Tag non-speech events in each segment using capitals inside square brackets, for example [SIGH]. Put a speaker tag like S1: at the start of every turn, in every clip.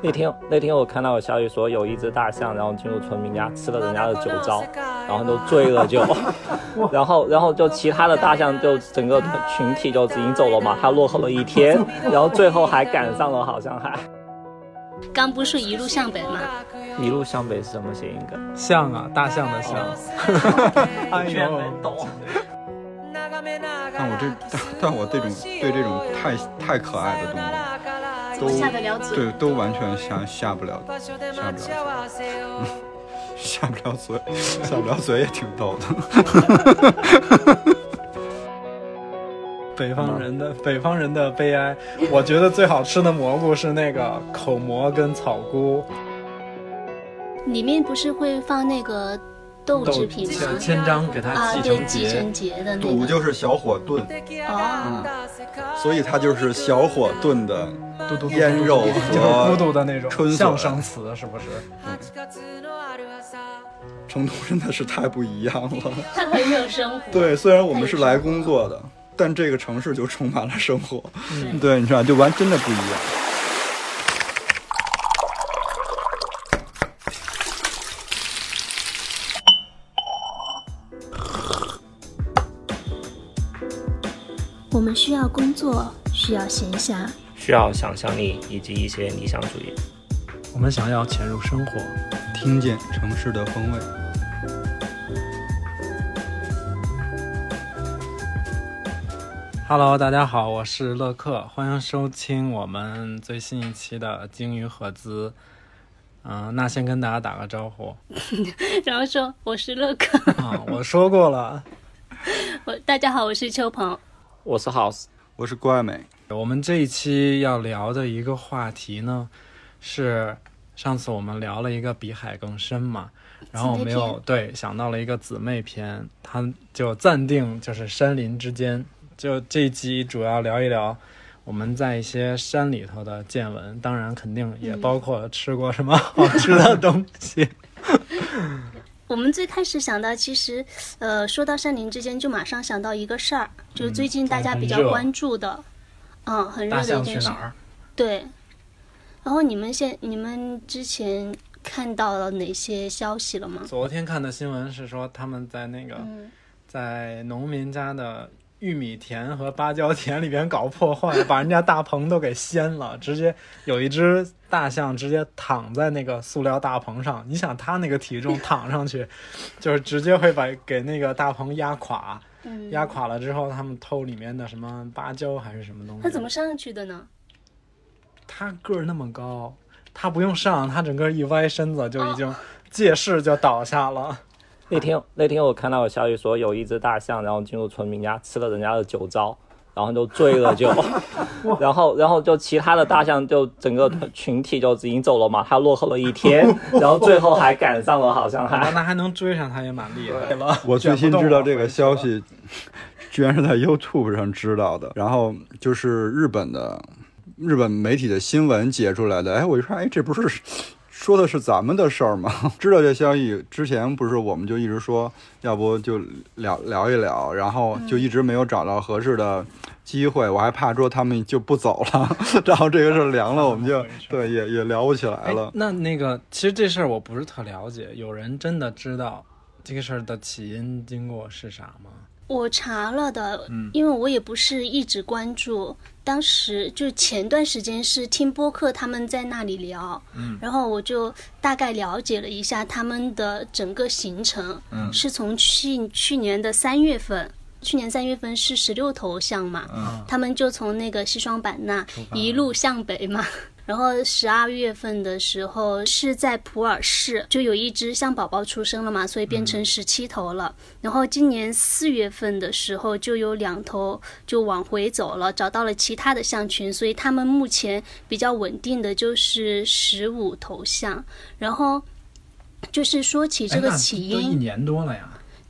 S1: 那天那天我看到有消息说有一只大象，然后进入村民家吃了人家的酒糟，然后都醉了就， [LAUGHS] 然后然后就其他的大象就整个群体就引走了嘛，它落后了一天， [LAUGHS] 然后最后还赶上了，好像还
S2: 刚不是一路向北吗？
S1: [LAUGHS] 一路向北是什么谐音梗？
S3: 象啊，大象的象。
S4: 哦
S5: [LAUGHS]
S3: 哎
S1: 居然没懂。
S5: 但我这，但但我这种对这种太太可爱的 [LAUGHS] 动物，都
S2: 下得了嘴
S5: 对，都完全下下不了，下不了嘴，嗯下不了 [LAUGHS] 嘴，下不了嘴也挺逗 [LAUGHS] 的。
S3: 北方人的北方人的悲哀，我觉得最好吃的蘑菇是那个口蘑跟草菇，
S2: 里面不是会放那个豆制品吗？
S6: 千张给它
S2: 啊，
S6: 系
S2: 对，
S6: 成
S2: 继
S6: 结
S2: 承。节的那
S5: 肚
S2: 个。
S5: 就是小火炖，
S2: 哦，
S5: 嗯所以它就是小火炖的
S3: 嘟嘟嘟
S5: 腌肉
S3: 就是咕嘟
S5: 和
S3: 的那种
S5: 春笋
S3: 象声词，是不是？
S5: 嗯成都真的是太不一样 [LAUGHS] 了。
S2: 它很有生活。
S5: 对，虽然我们是来工作的，但这个城市就充满了生活。对，你知道，就完真的不一样。
S7: 我们需要工作，需要闲暇，
S1: 需要想象力以及一些理想主义。
S3: 我们想要潜入生活，
S5: 听见城市的风味。
S3: Hello，大家好，我是乐克，欢迎收听我们最新一期的《鲸鱼合资》。嗯、那先跟大家打个招呼
S2: 然后说我是乐克，
S3: 啊，我说过了，
S2: [LAUGHS] 我大家好，我是秋鹏。
S1: 我是 House，
S5: 我是郭爱美，
S3: 我们这一期要聊的一个话题呢，是上次我们聊了一个比海更深嘛，然后我们
S2: 姊妹
S3: 又
S2: 篇
S3: 对想到了一个姊妹篇，它就暂定就是山林之间，就这一集主要聊一聊。我们在一些山里头的见闻，当然肯定
S2: 嗯
S3: 也包括吃过什么好吃的东西。
S2: 我们最开始想到，其实，呃，说到山林之间，就马上想到一个事儿，就是最近大家比
S3: 很
S2: 较
S3: 热
S2: 关注的，嗯，很热
S3: [LAUGHS] 大
S2: 的一
S3: 象去
S2: 件事
S3: 哪。儿？
S2: 对。然后你们现你们之前看到了哪些消息了吗？
S3: 昨天看的新闻是说他们在那个、
S2: 嗯
S3: 在农民家的玉米田和芭蕉田里边搞破坏，把人家大棚都给掀了，直接有一只大象直接躺在那个塑料大棚上。你想它那个体重躺上
S2: [LAUGHS]
S3: 去，就是直接会把给那个大棚压垮。
S2: 嗯
S3: 压垮了之后，他们偷里面的什么芭蕉还是什么东西？
S2: 他怎么上去的呢？
S3: 他个儿那么高，他不用上，他整个一歪身子就已
S2: 哦
S3: 经借势就倒下了。
S1: 那天那天我看到有消息说有一只大象，然后进入村民家吃了人家的酒糟，然后就醉了
S3: [LAUGHS]
S1: 就，然后然后就其他的大象就整个群体就引走了嘛，它落后了一天，然后最后还赶上了，好像
S3: 啊，
S1: 还
S3: 那还能追上他也蛮厉害了。
S5: 我最
S3: 卷
S5: 新
S3: 不动
S5: 知道
S3: 了
S5: 这个消，息，居然是在 YouTube 上知道的。然后就是日本的日本媒体的新闻截出来的。哎，我一看，哎，这不是说的是咱们的事儿吗？ [LAUGHS] 知道这消息之前，不是我们就一直说，要不就聊聊一聊，然后就一直没有找到合适的机会。我还怕说他们就不走了， [LAUGHS] 然后这个事儿凉了，我们就对也也聊不起来
S3: 哎
S5: 了，。
S3: 那那个其实这事儿我不是特了解，有人真的知道这个事儿的起因经过是啥吗？
S2: 我查了的，因为我也不是一直关注。当时就前段时间是听播客他们在那里聊，然后我就大概了解了一下他们的整个行程，是从去去年的三月份。去年三月份是十六头象嘛，
S3: 嗯
S2: 他们就从那个西双版纳一路向北嘛， [LAUGHS] 然后十二月份的时候是在普洱市，就有一只象宝宝出生了嘛，所以变
S3: 嗯
S2: 成十七头了。然后今年四月份的时候，就有两头就往回走了，找到了其他的象群，所以他们目前比较稳定的就是十五头象。然后就是说起这个起
S3: 哎那都一
S2: 因，
S3: 年多了呀，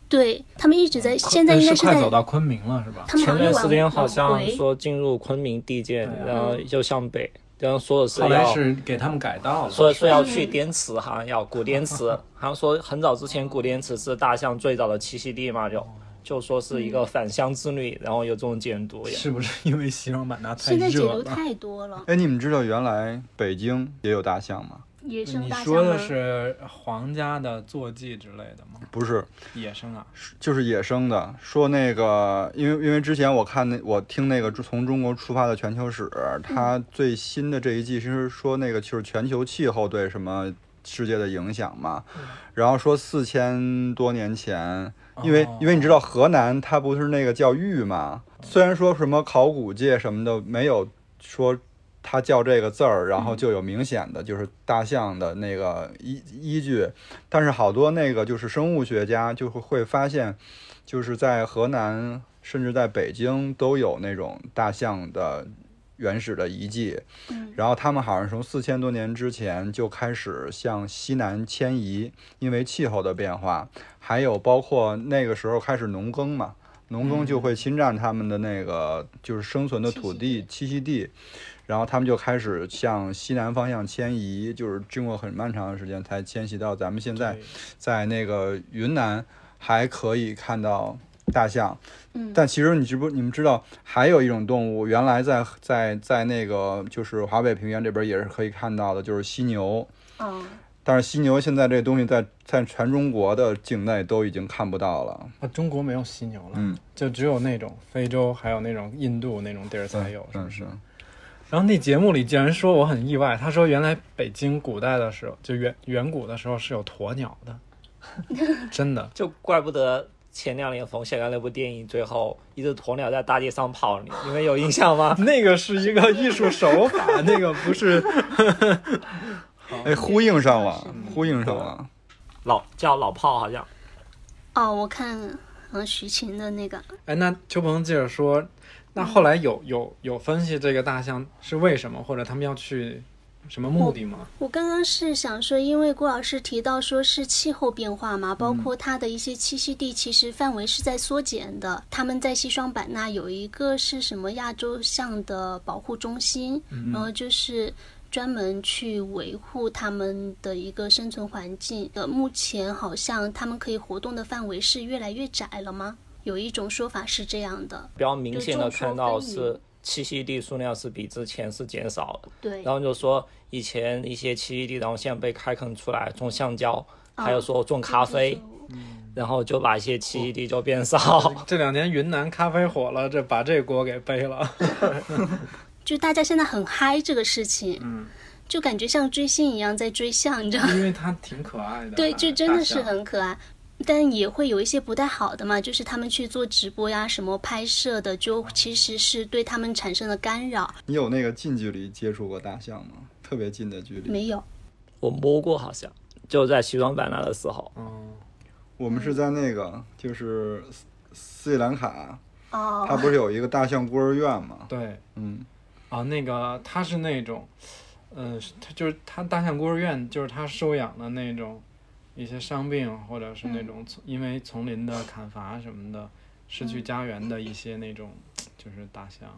S2: 对他们一直在，现在应该是
S3: 快
S2: 在
S3: 走到昆明了是吧？
S2: 他们
S1: 前
S2: 好像
S1: 段
S2: 往
S1: 时间好
S2: 往
S1: 像
S2: 回
S1: 说进入昆明地界，
S3: 对啊
S1: 然后又向北，然后说的是
S3: 后来
S1: 要。
S3: 是给他们改道了，
S1: 说说要去滇池，好像要古滇池，好像说很早之前古滇池是大象最早的栖息地嘛，就就说是一个返乡之旅，然后有这种解读也。
S3: 是不是因为西双版纳太
S2: 现在解
S3: 热
S2: 读
S3: 了？
S2: 太多了，
S5: 哎，你们知道原来北京也有大象吗？
S2: 野生
S3: 你
S2: 大
S3: 说
S2: 象吗？
S3: 的是皇家的坐骑之类的吗？
S5: 不是，
S3: 野生啊，
S5: 就是野生的。说那个，因为因为之前我看那我听那个中从中国出发的全球史，它最新的这一季是说那个就是全球气候对什么世界的影响嘛，然后说四千多年前。因为
S3: 哦
S5: 因为你知道河南它不是那个叫豫嘛，虽然说什么考古界什么的没有说它叫这个字儿，然后就有明显的就是大象的那个依依据，但是好多那个就是生物学家就会会发现，就是在河南甚至在北京都有那种大象的原始的遗迹，
S2: 嗯
S5: 然后他们好像从四千多年之前就开始向西南迁移，因为气候的变化，还有包括那个时候开始农耕嘛，农耕就会侵占他们的那个就是生存的土地栖息地，然后他们就开始向西南方向迁移，就是经过很漫长的时间才迁徙到咱们现在
S3: 对
S5: 在那个云南还可以看到大象。
S2: 嗯
S5: 但其实你知不？你们知道还有一种动物，原来在在在那个就是华北平原这边也是可以看到的，就是犀牛。
S2: 嗯，
S5: 但是犀牛现在这东西在在全中国的境内都已经看不到了。
S3: 啊，中国没有犀牛了，
S5: 嗯，
S3: 就只有那种非洲，还有那种印度那种地儿才有，是
S5: 嗯
S3: 不是？
S5: 是，
S3: 然后那节目里竟然说我很意外，他说原来北京古代的时候，就远远古的时候是有鸵鸟的， [LAUGHS] 真的。？
S1: 就怪不得前两年冯小刚那部电影最后一只鸵鸟在大街上跑，你你们有印象吗
S3: [LAUGHS] 那个是一个艺术手法，那个不是 [LAUGHS]
S5: 哎，呼应上了，呼应上了。
S1: 老叫老炮好像。
S2: 哦，我看嗯徐晴的那个，
S3: 哎，那邱鹏接着说，那后来有有有分析这个大象是为什么，或者他们要去什么目的吗？
S2: 我刚刚是想说，因为郭老师提到说是气候变化嘛，
S1: 嗯
S2: 包括它的一些栖息地，其实范围是在缩减的。他们在西双版纳有一个是什么亚洲象的保护中心，
S1: 嗯
S2: 然后就是。专门去维护它们的一个生存环境。呃，目前好像它们可以活动的范围是越来越窄了吗？有一种说法是这样的，
S1: 比较明显的看到
S2: 就众说
S1: 是栖息地数量是比之前是减少的，
S2: 对
S1: 然，后就说以前一些栖息地，然后现在被开垦出来种橡胶，还有说种咖啡，然后就把一些栖息地就变少。
S3: 这两年云南咖啡火了，这把这锅给背了。 [LAUGHS]
S2: 就大家现在很嗨这个事情，嗯，就感觉像追星一样在追像，你知道吗？
S3: 因为它挺可爱的。
S2: 对，就真的是
S3: 大象
S2: 很可爱。但也会有一些不太好的嘛，就是他们去做直播呀、什么拍摄的，就其实是对他们产生了干扰。
S5: 你有那个近距离接触过大象吗？特别近的距离。
S2: 没有，
S1: 我摸过好像。就在西双版纳的时候，
S3: 嗯，
S5: 我们是在那个就是斯斯里兰卡，
S2: 哦，
S5: 它不是有一个大象孤儿院吗？
S3: 对
S5: 嗯，
S3: 啊，那个它是那种，嗯、是它就是它大象孤儿院，就是它收养的那种一些伤病或者是
S2: 嗯
S3: 那种从因为丛林的砍伐什么的，失
S2: 嗯
S3: 去家园的一些那种就是大象。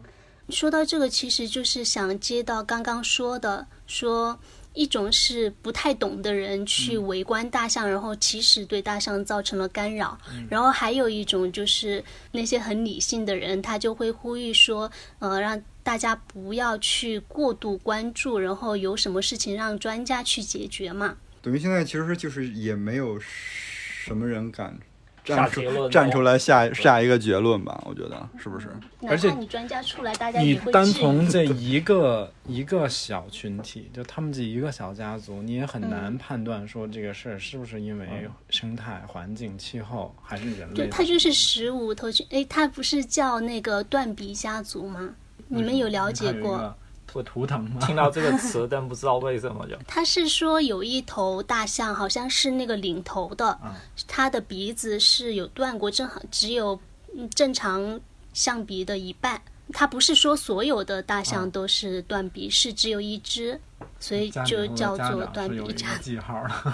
S2: 说到这个，其实就是想接到刚刚说的，说一种是不太懂的人去
S3: 嗯
S2: 围观大象，然后其实对大象造成了干扰；
S3: 嗯
S2: 然后还有一种就是那些很理性的人，他就会呼吁说，呃，让大家不要去过度关注，然后有什么事情让专家去解决嘛。
S5: 等于现在其实就是也没有什么人敢
S1: 下
S5: 站出
S1: 结论
S5: 站出
S1: 来，
S5: 来下下一个结论吧，我觉得是不是？
S1: 嗯
S2: 哪
S3: 而且
S2: 怕你专家出来，大家
S3: 你
S2: 也会
S3: 单
S2: 质疑
S3: 从 [LAUGHS] 这一个一个小群体，就他们这一个小家族，你也很
S2: 嗯
S3: 难判断说这个事儿是不是因为生态环境、气候还是人
S2: 对，
S3: 类
S2: 他
S3: 的。
S2: 就是十五头群，诶，他不是叫那个断鼻家族吗？你们有了
S3: 嗯
S2: 解过？
S3: 图图腾吗？
S1: 听到这个词，但不知道为什么就
S2: 他是说有一头大象，好像是那个领头的，
S3: 啊
S2: 它的鼻子是有断过，正好只有嗯正常象鼻的一半。它不是说所有的大象都是断鼻，是只有一只，所以
S3: 家里
S2: 就
S3: 头的
S2: 叫
S3: 家
S2: 做
S3: 长
S2: 断
S3: 是有
S2: 鼻
S3: 一
S2: 家
S3: 个
S2: 族。
S3: 记号的。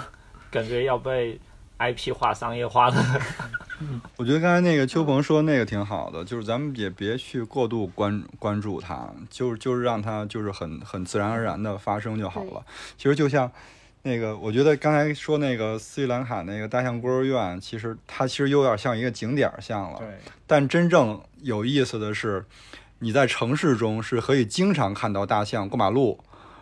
S1: 感觉要被 IP 化、商业化了。
S5: 我觉得刚才那个邱鹏说那个挺好的，就是咱们也别去过度关关注它，就是就是让它就是很很自然而然的发生就好了。其实就像那个，我觉得刚才说那个斯里兰卡那个大象孤儿院，其实它其实有点像一个景点儿像了。
S3: 对，
S5: 但真正有意思的是，你在城市中是可以经常看到大象过马路，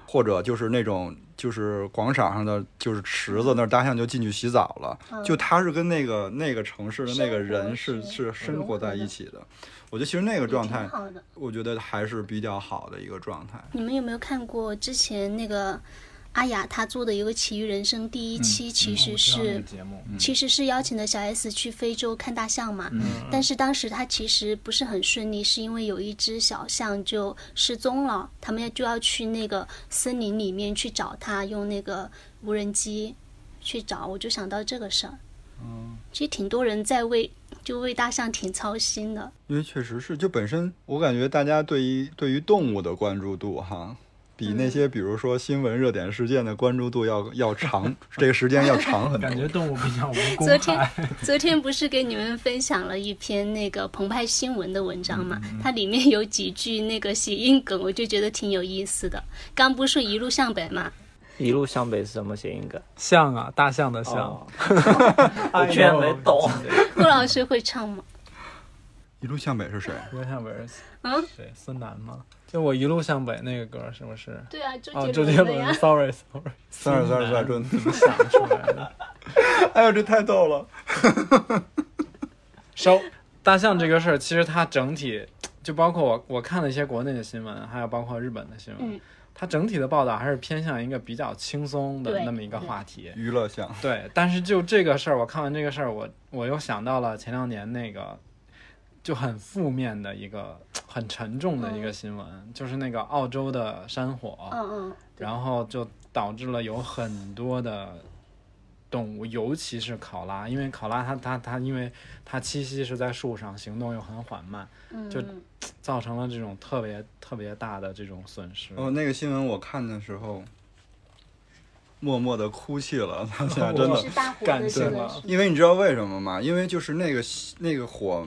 S5: 或者就是那种就是广场上的就是池子那儿大象就进去洗澡了。
S2: 嗯
S5: 就它是跟那个那个城市的那个人是是生活在一起的。我觉得其实那个状态
S2: 挺，好的。
S5: 我觉得还是比较好的一个状态。
S2: 你们有没有看过之前那个阿雅她做的一个《奇遇人生》第一期，其实
S3: 嗯我知道那
S2: 是
S3: 个节目，
S2: 其实是邀请的小 S 去非洲看大象嘛，但是当时他其实不是很顺利，是因为有一只小象就失踪了，他们要就要去那个森林里面去找它，用那个无人机去找，我就想到这个事儿。其实挺多人在为就为大象挺操心的，
S5: 因为确实是，就本身我感觉大家对于对于动物的关注度哈，比那
S2: 嗯
S5: 些比如说新闻热点事件的关注度要要长，这个时间要长很
S3: 感
S5: 多。
S3: 觉动物比
S2: [LAUGHS]
S3: 较无
S2: 昨
S3: 辜。 [LAUGHS]
S2: 天昨天不是给你们分享了一篇那个澎湃新闻的文章嘛？它里面有几句那个谐音梗，我就觉得挺有意思的。刚不是一路向北嘛？
S1: 一路向北是什么谐音梗？
S3: 象啊，大象的象
S1: [LAUGHS] 哦，
S3: 哎
S1: 我居然没懂。
S2: 顾老师会唱吗？
S5: 一路向北是谁？
S3: 一路向北
S2: 嗯
S3: 是谁？孙楠吗？就我一路向北那个歌是不是？ [LAUGHS]
S2: 对啊，周
S3: 哦，
S2: 杰
S3: 周
S2: 伦
S3: 杰
S2: 的
S3: 伦
S2: 呀。[LAUGHS]
S3: ，sorry sorry，
S5: [LAUGHS] 三二三十三转。
S3: 怎么想出来的？
S5: [LAUGHS] 哎呦，这太逗了！
S3: 收大象这个事儿，其实它整体就包括我我看了一些国内的新闻，还有包括日本的新闻，
S2: 嗯
S3: 它整体的报道还是偏向一个比较轻松的
S2: 对
S3: 那么一个话题。
S5: [LAUGHS] 娱乐项，
S3: 对，但是就这个事儿，我看完这个事儿，我我又想到了前两年那个就很负面的一个很沉重的一个新闻，就是那个澳洲的山火。
S2: 嗯嗯，对
S3: 然后就导致了有很多的动物，尤其是考拉，因为考拉它它它，因为它栖息是在树上，行动又很缓慢，
S2: 嗯，
S3: 就造成了这种特别特别大的这种损失。
S5: 哦，那个新闻我看的时候，默默的哭泣 [LAUGHS] 了。他现在真
S3: 我
S5: 的
S2: 是大火
S3: 感
S2: 的
S3: 觉
S2: 新闻
S3: 了
S2: 是吗
S5: 因为你知道为什么吗？因为就是那个那个火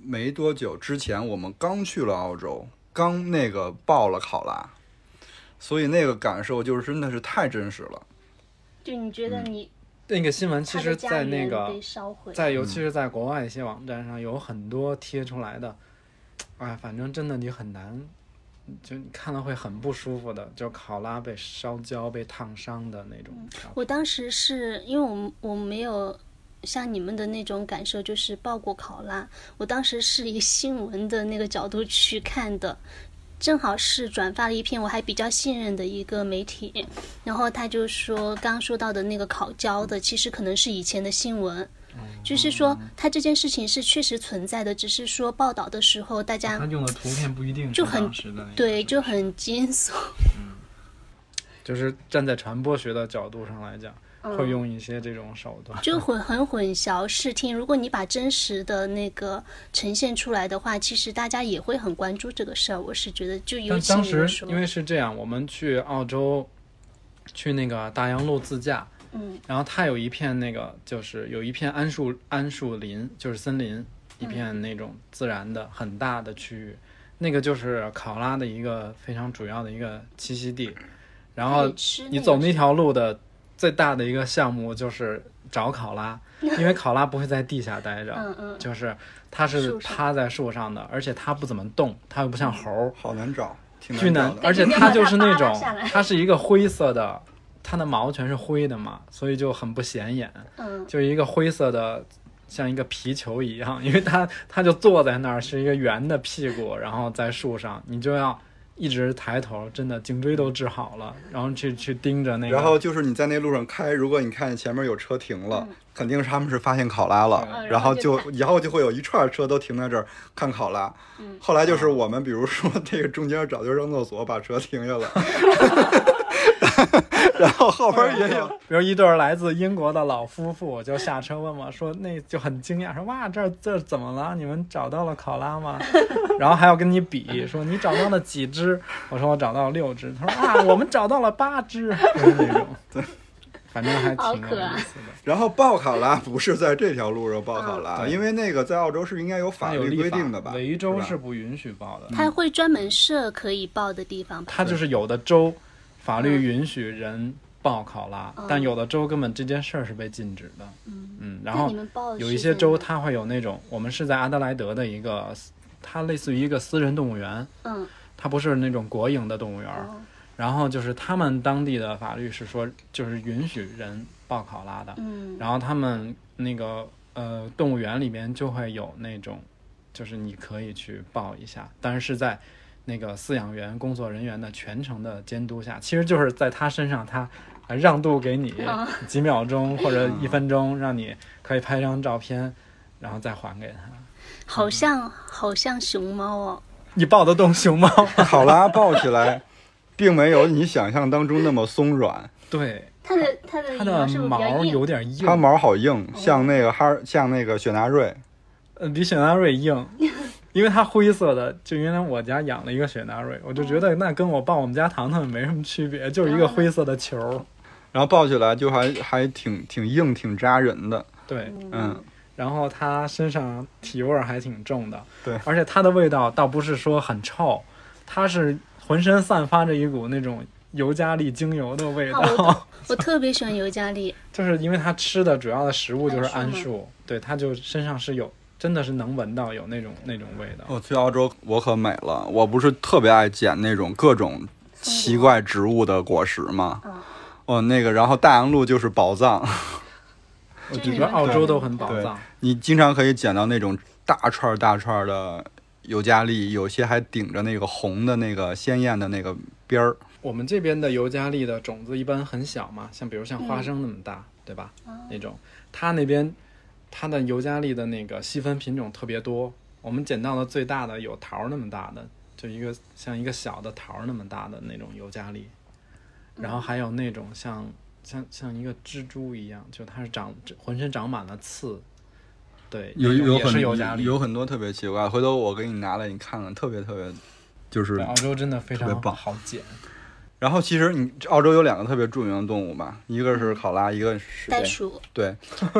S5: 没多久之前，我们刚去了澳洲，刚那个爆了考拉，所以那个感受就是真的是太真实了。
S2: 就你觉得你
S3: 那个新闻嗯其
S2: 他
S3: 实，
S2: 的家
S3: 在那
S2: 园
S3: 个
S2: 被烧毁，
S3: 在尤其是在国外一些网站上，有很多贴出来的，哎，反正真的你很难，就你看了会很不舒服的，就考拉被烧焦、被烫伤的那种照片。
S2: 我当时是因为我们我没有像你们的那种感受，就是报过考拉。我当时是以新闻的那个角度去看的，正好是转发了一篇我还比较信任的一个媒体，然后他就说刚刚说到的那个烤焦的，其实可能是以前的新闻。就是说，它这件事情是确实存在的，只是说报道的时候大
S3: 啊
S2: 家
S3: 哦
S6: 他用的图片不一定
S2: 就很
S6: 当时的那个
S2: 对就很惊悚。
S3: 就是站在传播学的角度上来讲，会用一些这种手段。
S2: 嗯就混很混淆视听。如果你把真实的那个呈现出来的话，其实大家也会很关注这个事儿。我是觉得，就尤
S3: 但
S2: 其
S3: 当
S2: 你们
S3: 时
S2: 说，
S3: 因为是这样，我们去澳洲，去那个大洋路自驾，
S2: 嗯，
S3: 然后它有一片那个就是有一片桉树桉树林，就是森林，一片那种自然的很大的区域，那个就是考拉的一个非常主要的一个栖息地。然后
S2: 得吃那
S3: 你
S2: 个
S3: 走
S2: 是
S3: 那条路的最大的一个项目就是找
S2: [LAUGHS]
S3: 考拉，因为考拉不会在地下待着，
S2: 嗯嗯
S3: 就是它是
S2: 树上
S3: 趴在树上的，而且它不怎么动，它又不像猴儿，
S5: 好难找，挺
S3: 巨
S5: 难
S3: 难
S5: 找，的。
S3: 而且它就是那
S2: [LAUGHS]
S3: 种
S2: 把它扒拉下来
S3: 它是一个灰色的，它的毛全是灰的嘛，所以就很不显眼，
S2: 嗯，
S3: 就一个灰色的。像一个皮球一样，因为它它就坐在那儿，是一个圆的屁股，然后在树上，你就要一直抬头，真的颈椎都治好了，然后去去盯着那个。
S5: 然后就是你在那路上开，如果你看见前面有车停了，肯定是他们是发现考拉了，
S2: 嗯
S5: 嗯然后
S2: 然
S5: 就
S2: 后就
S5: 以后就会有一串车都停在这儿看考拉。后来就是我们，比如说这个中间找地儿上厕所，把车停 [LAUGHS] 下了，然后后边也有。
S3: 比如一对儿来自英国的老夫妇就下车问我，说那就很惊讶，说哇这儿这儿怎么了？你们找到了考拉吗？ [LAUGHS] 然后还要跟你比，说你找到了几只？我说我找到了六只。他说啊，我们找到了八只，就是那
S5: [LAUGHS]
S3: 种，对，反正还
S2: 好
S3: 挺有
S2: 可爱
S3: 意思的。
S5: 然后报考拉不是在这条路上报考拉，
S3: 嗯
S5: 因为那个在澳洲是应该有法
S3: 它有
S5: 律
S3: 立
S5: 规
S3: 法
S5: 定的吧？
S3: 维州
S5: 是
S3: 是
S5: 吧嗯
S3: 不允许报的，
S2: 他会专门设可以报的地方吧。嗯
S3: 它就是有的州法律允许人报考拉，但有的州根本这件事儿是被禁止的。
S2: 嗯，
S3: 嗯，
S2: 那
S3: 然后
S2: 你们报的
S3: 有
S2: 是
S3: 一些
S2: 在
S3: 州
S2: 哪
S3: 它会有那种，我们是在阿德莱德的一个，它类似于一个私人动物园，
S2: 嗯
S3: 它不是那种国营的动物园儿。
S2: 哦
S3: 然后就是他们当地的法律是说，就是允许人报考拉的。
S2: 嗯
S3: 然后他们那个呃动物园里面就会有那种，就是你可以去报一下，但是是在那个饲养员工作人员的全程的监督下，其实就是在他身上他呃让渡给你
S2: [LAUGHS] 啊
S3: 几秒钟或者一分钟，让你可以拍张照片，然后再还给他。
S2: [LAUGHS] 好像好像熊猫哦，
S3: 你抱得动熊猫？
S5: 考拉抱起来，并没有你想象当中那么松软，
S3: 对，
S2: 它的它的羽
S3: 它
S2: 毛
S3: 的
S2: 是不是比较
S3: 毛
S2: 硬？
S3: 有点硬，
S5: 它毛好硬，像那个哈尔，像那个雪纳瑞。
S3: 呃，比雪纳瑞硬，因为它灰色的。就原来我家养了一个雪纳瑞，我就觉得那跟我抱我们家糖糖没什么区别，就是一个灰色的球儿。
S5: 然后抱起来就还还挺挺硬，挺扎人的。
S3: 对，
S5: 嗯，
S3: 然后它身上体味儿还挺重的，
S5: 对
S3: 而且它的味道倒不是说很臭，它是浑身散发着一股那种尤加利精油的味道，
S2: 啊我我特别喜欢尤加利，
S3: [LAUGHS] 就是因为它吃的主要的食物就是桉
S2: 桉树
S3: 树，对，它就身上是有，真的是能闻到有那种那种味道。
S5: 我去澳洲我可美了，我不是特别爱捡那种各种奇怪植物的果实吗？哦，那个，然后大洋路就是宝藏， [LAUGHS]
S3: 我
S2: 这
S3: 觉
S2: 里
S3: 得
S2: 面
S3: 澳
S2: 的
S3: 洲
S2: 味
S3: 都
S2: 道
S3: 很宝
S5: 对
S3: 藏。
S5: 你经常可以捡到那种大串儿大串儿的尤加利，有些还顶着那个红的那个鲜艳的那个边儿。
S3: 我们这边的尤加利的种子一般很小嘛，像比如像花生那么大，对吧？那种，它那边它的尤加利的那个细分品种特别多，我们捡到的最大的有桃儿那么大的，就一个像一个小的桃儿那么大的那种尤加利，然后还有那种像像像一个蜘蛛一样，就它是长浑身长满了刺，对，
S5: 有
S3: 那种
S5: 有
S3: 也是
S5: 很
S3: 尤加利，
S5: 有很多特别奇怪，回头我给你拿来你看看，特别特别，就是
S3: 对澳洲真的非
S5: 特别
S3: 常
S5: 棒
S3: 好捡，
S5: 然后其实你澳洲有两个特别著名的动物吧，一个是考拉，一个是
S2: 嗯袋鼠
S5: 对，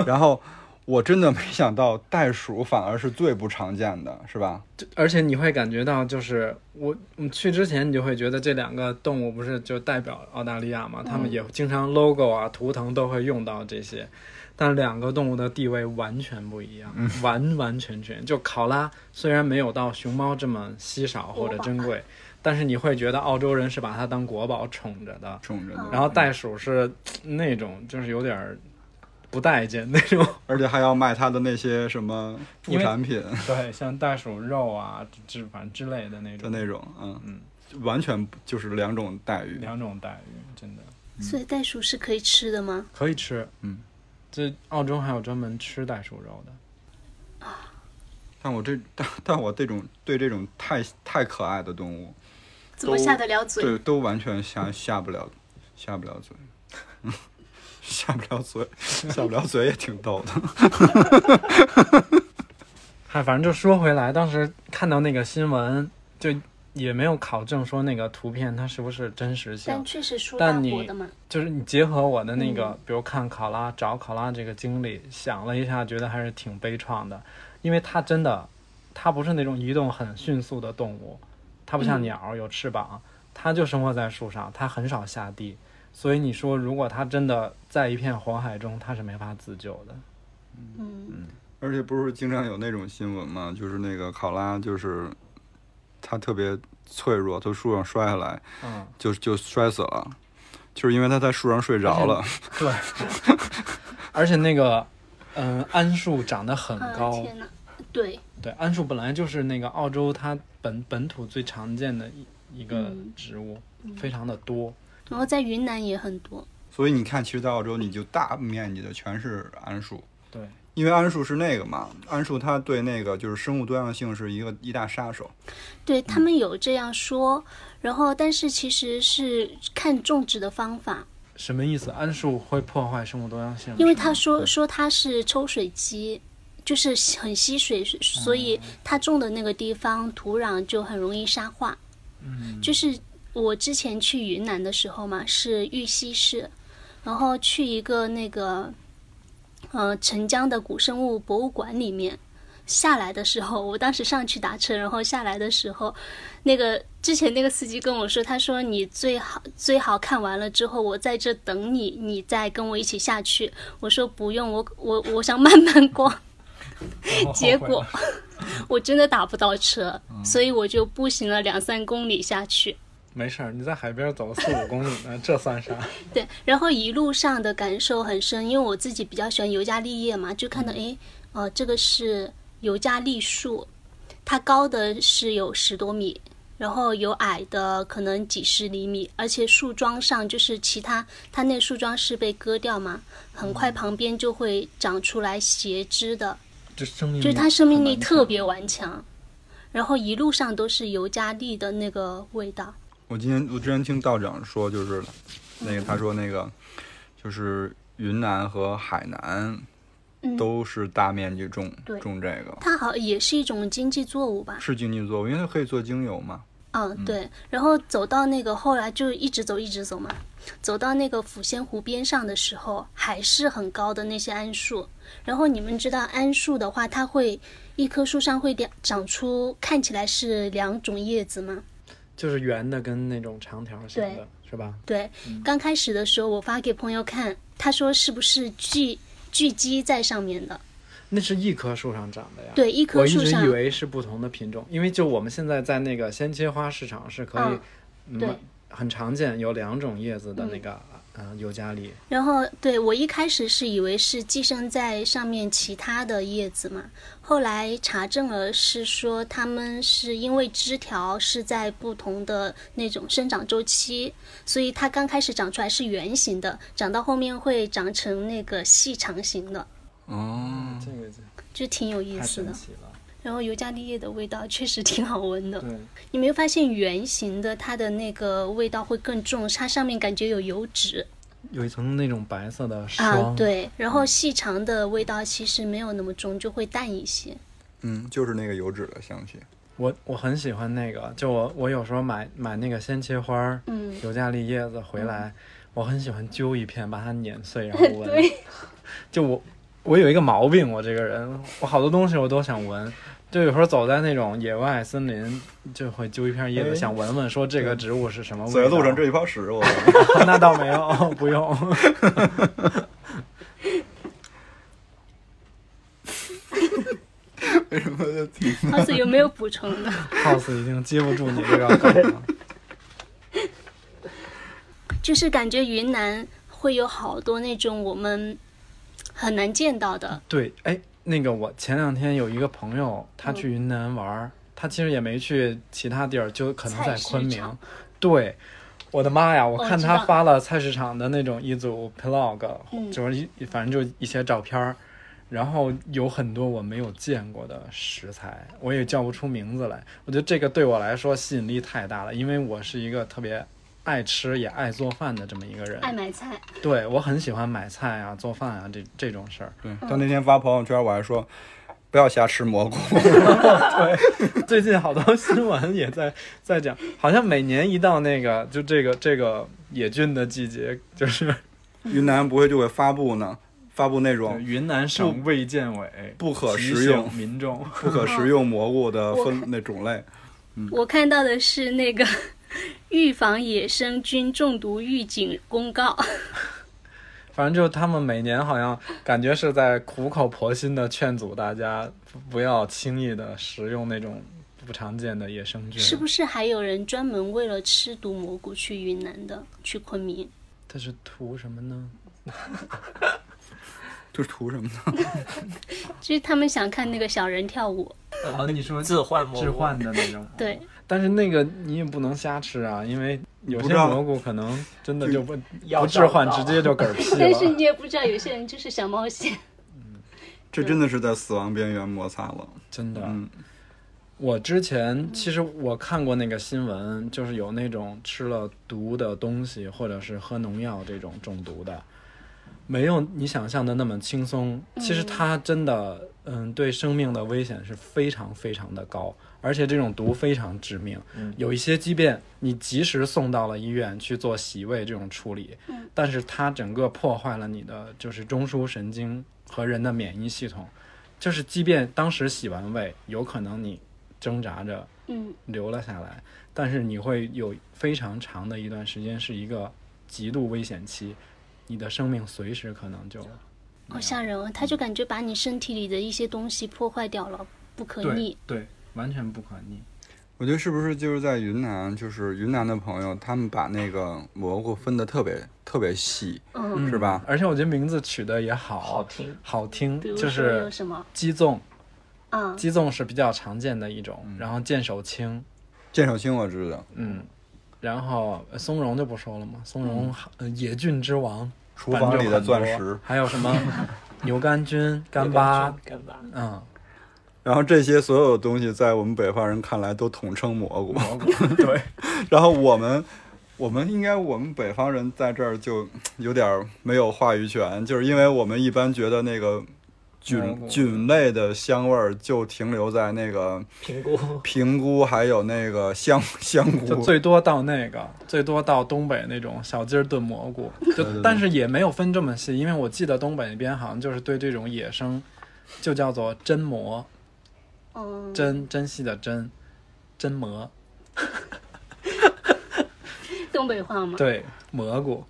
S5: 然后我真的没想到袋鼠反而是最不常见的，是吧？
S3: 而且你会感觉到，就是我嗯去之前，你就会觉得这两个动物不是就代表澳大利亚嘛？他们也经常 logo 啊、图腾都会用到这些，但两个动物的地位完全不一样，完完全全。就考拉虽然没有到熊猫这么稀少或者珍贵，但是你会觉得澳洲人是把它当国宝宠着的，
S5: 种着的，
S3: 然后袋鼠是嗯那种就是有点儿不待见那种。
S5: 而且还要卖它的那些什么副
S3: 因为
S5: 产品
S3: 对，像袋鼠肉啊，之反正之类的那
S5: 的
S3: 种，
S5: 那种，嗯嗯，完全就是两种待遇。
S3: 两种待遇，真的
S2: 所以袋鼠是可以吃的吗？
S3: 可以吃。
S5: 嗯，
S3: 这澳洲还有专门吃袋鼠肉的。
S5: 但我这 [LAUGHS] 但但我这种对这种太太可爱的动物，
S2: 怎么下得了嘴？
S5: 对都完全下下不了下不了嘴， [LAUGHS] 嗯下不了嘴， [LAUGHS] 下不了嘴也挺逗的。
S3: 嗨，反正就说回来，当时看到那个新闻，就也没有考证说那个图片它是不是真实性
S2: 但，确实树
S3: 但
S2: 大
S3: 你
S2: 活的嘛，
S3: 就是你结合我的
S2: 嗯
S3: 那个，比如看考拉找考拉这个经历，想了一下，觉得还是挺悲怆的，因为它真的，它不是那种移动很迅速的动物，它不
S2: 嗯
S3: 像鸟儿有翅膀，它就生活在树上，它很少下地，所以你说如果它真的在一片火海中，它是没法自救的。
S2: 嗯，
S5: 而且不是经常有那种新闻嘛，就是那个考拉，就是它特别脆弱，从树上摔下来
S2: [LAUGHS]
S3: 嗯，
S5: 就就摔死了，就是因为它在树上睡着
S2: 嗯
S5: 了。
S3: 对，而且那个，嗯、桉树长得很
S2: 啊
S3: 高，
S2: 天哪，对，
S3: 对，桉树本来就是那个澳洲它本本土最常见的一一个植物，非常的多。
S2: 然后在云南也很多，
S5: [LAUGHS] 所以你看，其实，在澳洲你就大面积的全是桉树，
S3: 对，
S5: 因为桉树是那个嘛，桉树它对那个就是生物多样性是一个一大杀手。
S2: 对
S3: 嗯
S2: 他们有这样说，然后但是其实是看种植的方法，
S3: 什么意思？桉树会破坏生物多样性？
S2: 因为他说说它是抽水机，就是吸很吸水，所以它种的那个地方土壤就很容易沙化。嗯，就是我之前去云南的时候嘛，是玉溪市，然后去一个那个呃澄江的古生物博物馆里面，下来的时候，我当时上去打车，然后下来的时候，那个之前那个司机跟我说，他说你最好最好看完了之后，我在这等你，你再跟我一起下去。我说不用，我我我想慢慢逛。结果 [LAUGHS] 我真的打不到车，所以我就步行了两三公里下去。
S3: 没事儿，你在海边走四五公里呢，这算啥？ [LAUGHS]
S2: 对，然后一路上的感受很深，因为我自己比较喜欢尤加利叶嘛，就看到哎，哦，这个是尤加利树，它高的是有十多米，然后有矮的可能几十厘米，而且树桩上就是其他，它那树桩是被割掉嘛，很快旁边就会长出来斜枝的，
S3: 这生命
S2: 就是它生命力特别
S3: 嗯顽
S2: 顽强，然后一路上都是尤加利的那个味道。
S5: 我今天我之前听道长说，就是那个他说那个就是云南和海南
S2: 嗯
S5: 都是大面积种、
S2: 对
S5: 种这个，
S2: 它好也是一种经济作物吧？
S5: 是经济作物，因为它可以做精油嘛。
S2: 嗯，对。然后走到那个后来就一直走一直走嘛，走到那个抚仙湖边上的时候，还是很高的那些桉树。然后你们知道桉树的话，它会一棵树上会两长出看起来是两种叶子嘛？
S3: 就是圆的跟那种长条形的，是吧？
S2: 对。刚开始的时候我发给朋友看，他说是不是聚聚集在上面的？
S3: 那是一棵树上长的呀。
S2: 对，一
S3: 我
S2: 棵
S3: 一
S2: 树
S3: 直以
S2: 上，
S3: 为是不同的品种，因为就我们现在在那个鲜切花市场是可以
S2: 嗯，
S3: 嗯
S2: 对嗯
S3: 很常见有两种叶子的那个呃尤加利，
S2: 然后对我一开始是以为是寄生在上面其他的叶子嘛，后来查证了是说它们是因为枝条是在不同的那种生长周期，所以它刚开始长出来是圆形的，长到后面会长成那个细长型的，
S5: 哦，
S3: 这个就
S2: 就挺有意
S3: 太
S2: 思
S3: 神
S2: 的。
S3: 奇了。
S2: 然后尤加利叶的味道确实挺好闻的，
S3: 对，
S2: 你没有发现圆形的它的那个味道会更重，它上面感觉有油脂。
S3: 有一层那种白色的霜。
S2: 啊，。对，然后细长的味道其实没有那么重，就会淡一些。
S5: 嗯，就是那个油脂的香气。
S3: 我我很喜欢那个，就我我有时候买买那个鲜切花儿、
S2: [LAUGHS] 嗯，
S3: 尤加利叶子回来，我很喜欢揪一片，把它碾碎然后闻。
S2: 对，
S3: 就我我有一个毛病，我这个人，我好多东西我都想闻。就有时候走在那种野外森林，就会揪一片叶
S5: 哎
S3: 子，想闻闻，说这个植物是什么味道。
S5: 走在路上这一泡屎， [LAUGHS] 我
S3: 那倒没有，不用。
S5: 为什么就挺
S2: 老子有没有补充的？ [LAUGHS]
S3: House 已经接不住你这个梗了。
S2: 就是感觉云南会有好多那种我们很难见到的，
S3: 对，哎，那个我前两天有一个朋友，他
S2: 嗯
S3: 去云南玩儿，他其实也没去其他地儿，就可能在
S2: 菜市
S3: 昆明
S2: 场。
S3: 对，我的妈呀！我
S2: 我
S3: 看
S2: 知
S3: 他
S2: 道
S3: 发了菜市场的那种一组 vlog，、
S2: 嗯
S3: 就是一反正就一些照片儿，然后有很多我没有见过的食材，我也叫不出名字来。我觉得这个对我来说吸引力太大了，因为我是一个特别爱吃也爱做饭的这么一个人。
S2: 爱买菜。
S3: 对我很喜欢买菜啊、做饭啊这这种事儿。
S5: 对，到那天发朋友圈，我还说不要瞎吃蘑菇。
S3: 最近好多新闻也在在讲，好像每年一到那个就这个这个野菌的季节，就是
S5: 云南不会就会发布呢，发布那种
S3: 云南省卫健委
S5: 不可
S3: 提
S5: 食
S3: 醒
S5: [LAUGHS] 用
S3: 民众，
S5: 不可食用蘑菇的分那种类。
S2: 我看到的是那个 [LAUGHS] 预防野生菌中毒预警公告，
S3: [LAUGHS] 反正就是他们每年好像感觉是在苦口婆心的劝阻大家不不要轻易的食用那种不常见的野生
S2: [LAUGHS]
S3: 菌。
S2: 是不是还有人专门为了吃毒蘑菇去云南的，去昆明？
S3: 它是图什么呢？
S5: 这是图什么呢？
S2: 就是他们想看那个小人跳舞，
S3: 然啊后你说
S6: 置换蘑菇
S3: 置换的那种。
S2: 对。
S3: [LAUGHS] 但是那个你也不能瞎吃啊，因为有
S5: 不
S3: 些
S5: 知道
S3: 蘑菇可能真的就不
S6: 要
S3: 不置换，
S6: 找
S3: 直
S6: 到
S3: 接就嗝屁了。
S2: [LAUGHS] 但是你也不知道，有些人就是想冒险。
S5: 这真的是在死亡边缘摩擦了。
S3: 真的，
S5: 嗯
S3: 我之前其实我看过那个新闻，就是有那种吃了毒的东西，或者是喝农药这种中毒的，没有你想象的那么轻松。其实它真的，嗯，对生命的危险是非常非常的高，而且这种毒非常致命。有一些疾病，你及时送到了医院去做洗胃这种处理，但是它整个破坏了你的就是中枢神经和人的免疫系统。就是即便当时洗完胃，有可能你挣扎着
S2: 嗯
S3: 留了下来，但是你会有非常长的一段时间是一个极度危险期，你的生命随时可能就
S2: 好吓人哦！他就感觉把你身体里的一些东西破坏掉了，不可逆
S3: 对。对，完全不可逆。
S5: 我觉得是不是就是在云南，就是云南的朋友，他们把那个蘑菇分得特别特别细，
S2: 嗯，
S5: 是吧？
S3: 而且我觉得名字取得也好，
S1: 好听。
S3: 好听，
S2: 比如
S3: 就
S2: 说有
S3: 是
S2: 什么？
S3: 鸡枞，
S2: 嗯，
S3: 鸡枞是比较常见的一种，然后剑手青，
S5: 剑手青我知道，
S3: 嗯，然后呃松茸就不说了嘛，松
S2: 嗯
S3: 茸、呃野菌之王，
S5: 厨房里的
S3: 反
S5: 钻
S3: 正就很
S5: 石
S3: 多，还有什 [LAUGHS] 么牛肝 [LAUGHS] 菌、干巴，
S1: 干巴，
S3: 嗯，
S5: 然后这些所有东西在我们北方人看来都统称蘑菇，
S3: 蘑菇，对，
S5: [LAUGHS] 然后我们。我们应该，我们北方人在这儿就有点儿没有话语权，就是因为我们一般觉得那个
S3: 蘑
S5: 菌
S3: 菇
S5: 菌类的香味儿就停留在那个
S1: 评估
S5: 平菇，还有那个香香菇，
S3: 就最多到那个，最多到东北那种小鸡儿炖蘑菇，就但是也没有分这么细，因为我记得东北那边好像就是对这种野生，就叫做珍蘑，
S2: 嗯，
S3: 珍珍惜的珍，珍蘑，
S2: 东北话嘛。
S3: 对，蘑菇，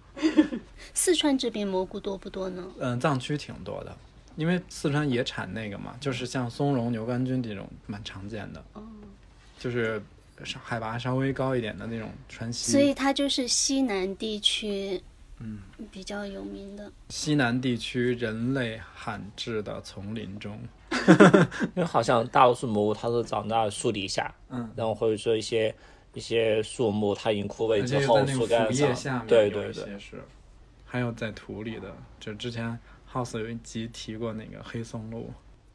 S2: 四川这边蘑菇多不多呢？
S3: 嗯，藏区挺多的，因为四川也产那个嘛，就是像松茸、牛肝菌这种蛮常见的，
S2: 哦
S3: 就是上海拔稍微高一点的那种川
S2: 所以
S3: 西
S2: 它就是西南地区，嗯，比较有名的。
S3: 西南地区人类罕至的丛林中，
S1: 因为好像大多数蘑菇它是长在树底下，嗯，然后或者说一些一些树木它已经枯萎
S3: 而且
S1: 之
S3: 又在
S1: 后，
S3: 那
S1: 树
S3: 种
S1: 干
S3: 腐叶
S1: 上
S3: 下，面
S1: 对
S3: 有
S1: 对
S3: 一
S1: 对，
S3: 些是，还有在土里的，就之前 House 有一集提过那个黑松露，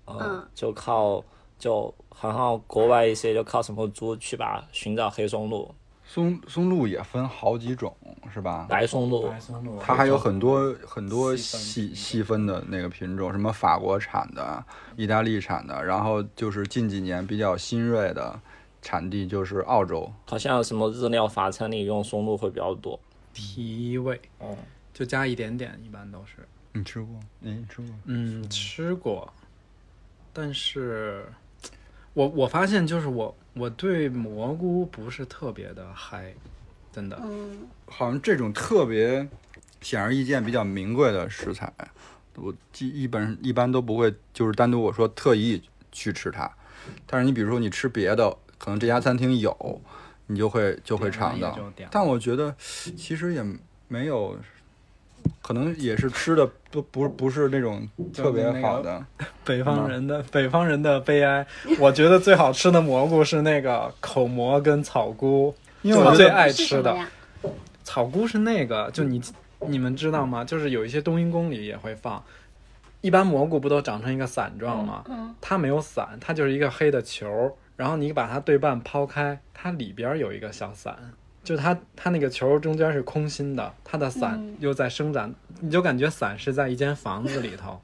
S1: 嗯，就靠就好像国外一些就靠什么猪去吧寻找黑松露、
S5: 松松露也分好几种，是吧？
S1: 白松露，
S3: 白松露，
S5: 它还有很多很多
S3: 细分
S5: 细细分的那个品种，什么法国产的、意大利产的，然后就是近几年比较新锐的产地就是澳洲。
S1: 好像什么日料法餐里用松露会比较多。
S3: 嗯提味，
S1: 嗯，
S3: 就加一点点，一般都是。
S5: 你吃过？你吃过？
S3: 嗯，吃过，但是我我发现就是我我对蘑菇不是特别的嗨，真的，
S2: 嗯，
S5: 好像这种特别显而易见、比较名贵的食材，我基一般一般都不会，就是单独我说特意去吃它。但是你比如说你吃别的，可能这家餐厅有，你就会就会尝
S3: 点了
S5: 到
S3: 也就点。了
S5: 但我觉得其实也没有，可能也是吃的都不不是那种特别好的。
S3: 北方人的北方人的悲哀。我觉得最好吃的蘑菇是那个口蘑跟草菇，
S5: 因为我
S3: 我
S5: 觉
S3: 最
S5: 得
S3: 爱
S2: 是
S3: 吃
S2: 什么
S3: 的
S2: 呀？
S3: 草菇是那个，就你你们知道吗？就是有一些冬阴功里也会放。一般蘑菇不都长成一个伞状吗？
S2: 嗯，
S3: 它没有伞，它就是一个黑的球儿，然后你把它对半抛开，它里边儿有一个小伞，就它它那个球儿中间是空心的，它的伞
S2: 嗯
S3: 又在生长，你就感觉伞是在一间房子里
S2: [LAUGHS]
S3: 头，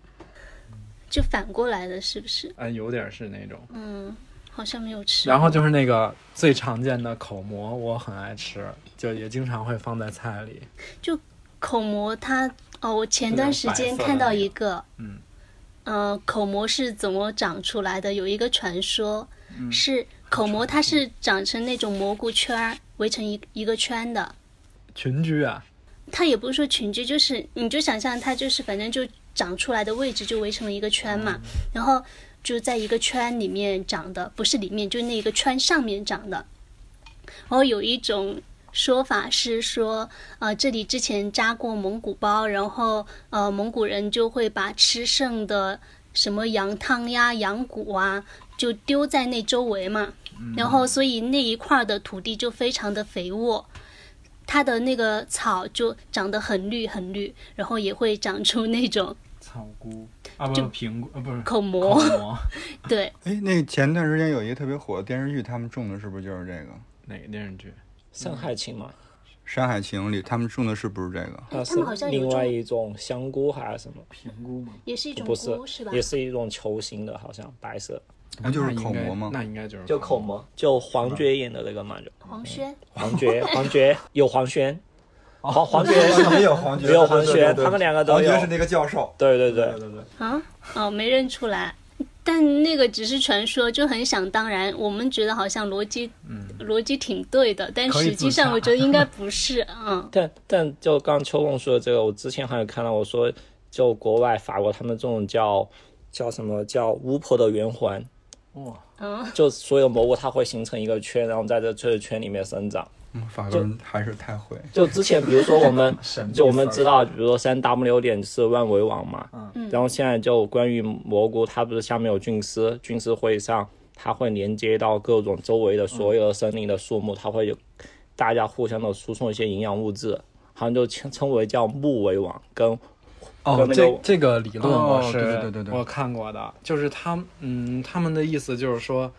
S2: 就反过来的，是不是？
S3: 哎，有点儿是那种。
S2: 嗯，好像没有吃。
S3: 然后就是那个最常见的口蘑，我很爱吃，就也经常会放在菜里。
S2: 口蘑它哦，我前段时间
S3: 那种白色的
S2: 看到一个，
S3: 嗯，
S2: 呃，口蘑是怎么长出来的？有一个传说、
S3: 嗯
S2: 是口蘑它是长成那种蘑菇圈儿，围成一一个圈的。
S3: 群居啊，
S2: 它也不是说群居，就是你就想象它就是反正就长出来的位置就围成了一个圈嘛，然后就在一个圈里面长的，不是里面，就那一个圈上面长的。然后有一种说法是说，呃，这里之前扎过蒙古包，然后呃，蒙古人就会把吃剩的什么羊汤呀、羊骨啊，就丢在那周围嘛，然后所以那一块儿的土地就非常的肥沃。它的那个草就长得很绿很绿，然后也会长出那种
S3: 草菇啊，不
S2: 就是
S3: 苹果啊，不是
S2: 口蘑。
S3: 蘑。
S2: [LAUGHS] 对，
S5: 哎，那前段时间有一个特别火的电视剧，他们种的是不是就是这个《
S3: 哪个电视剧？
S1: 上海青嘛，
S5: 山海情》里他们种的是不是这个？
S1: 它
S2: 哎
S1: 是
S2: 他们好像有
S1: 另外
S2: 种
S1: 一种香菇还是什么？
S3: 评估吗？
S2: 也是一种
S1: 不是
S2: 菇，是吧？
S1: 也是一种球形的，好像白色，
S5: 不就是口蘑吗？
S3: 那应该就是
S1: 就口蘑，就黄觉演的那个嘛，就
S2: 黄轩，
S1: 黄觉，黄觉有黄轩，黄 [LAUGHS] 黄觉，
S5: [LAUGHS] 没有黄
S1: 没有黄觉他们两个都有
S5: 黄觉是那个教授。
S1: 对对对，
S3: 对对，
S2: 啊，哦，没认出来。但那个只是传说，就很想当然。我们觉得好像逻辑，逻辑挺对的，但
S3: 可以
S2: 实际
S3: 自杀
S2: 上我觉得应该不是。嗯，
S1: 但但就刚秋梦说的这个，我之前好像看到我说，就国外法国他们这种叫叫什么叫巫婆的圆环，
S3: 哇，
S1: 就所有蘑菇它会形成一个圈，然后在这这个圈里面生长。
S5: 嗯法国人还是太会。
S1: 就之前比如说我们
S3: [LAUGHS] 神
S1: 就我们
S3: 秘
S1: 知道，比如说三 W 点是万维网嘛，嗯，然后现在就关于蘑菇，它不是下面有菌丝，菌丝会上它会连接到各种周围的所有的森林的树木，它会有大家互相的输送一些营养物质，好像就称称为叫木维网跟
S3: 哦
S1: 跟，那
S3: 这
S1: 个
S3: 这个理论我
S5: 哦
S3: 是、
S5: 对对对对对
S3: 我看过的，就是他们嗯，他们的意思就是说，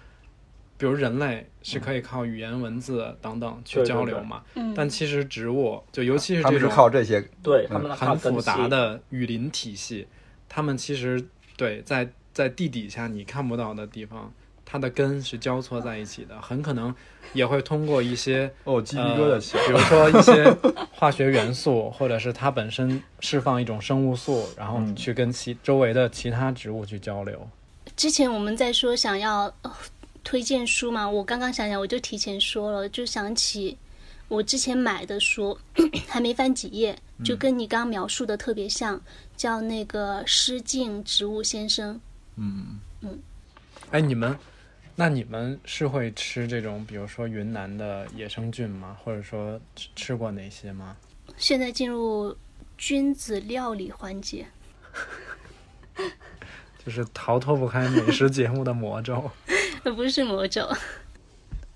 S3: 比如人类是可以靠语言、文字等等去
S1: 对对
S3: 交流
S1: 对
S3: 嘛，
S2: 嗯
S3: 但其实植物就尤其是
S5: 他
S3: 这
S5: 们是
S3: 种
S5: 靠这些，
S1: 对他们的
S3: 嗯很复杂的雨林体系，他们其实对在在地底下你看不到的地方，它的根是交错在一起的，很可能也会通过一些
S5: 哦，鸡皮疙瘩起
S3: 呃，比如说一些化学元素，或者是它本身释放一种生物素，然后去跟其周围的其他植物去交流。
S2: 之前我们在说想要、呃推荐书嘛，我刚刚想想，我就提前说了，就想起我之前买的书， [COUGHS] 还没翻几页，就跟你刚刚描述的特别像，叫那个《诗境植物先生》。
S3: 哎，你们，那你们是会吃这种，比如说云南的野生菌吗？或者说吃吃过哪些吗？
S2: 现在进入君子料理环节。
S3: 就是逃脱不开美食节目的魔咒。
S2: 呃，不是魔咒，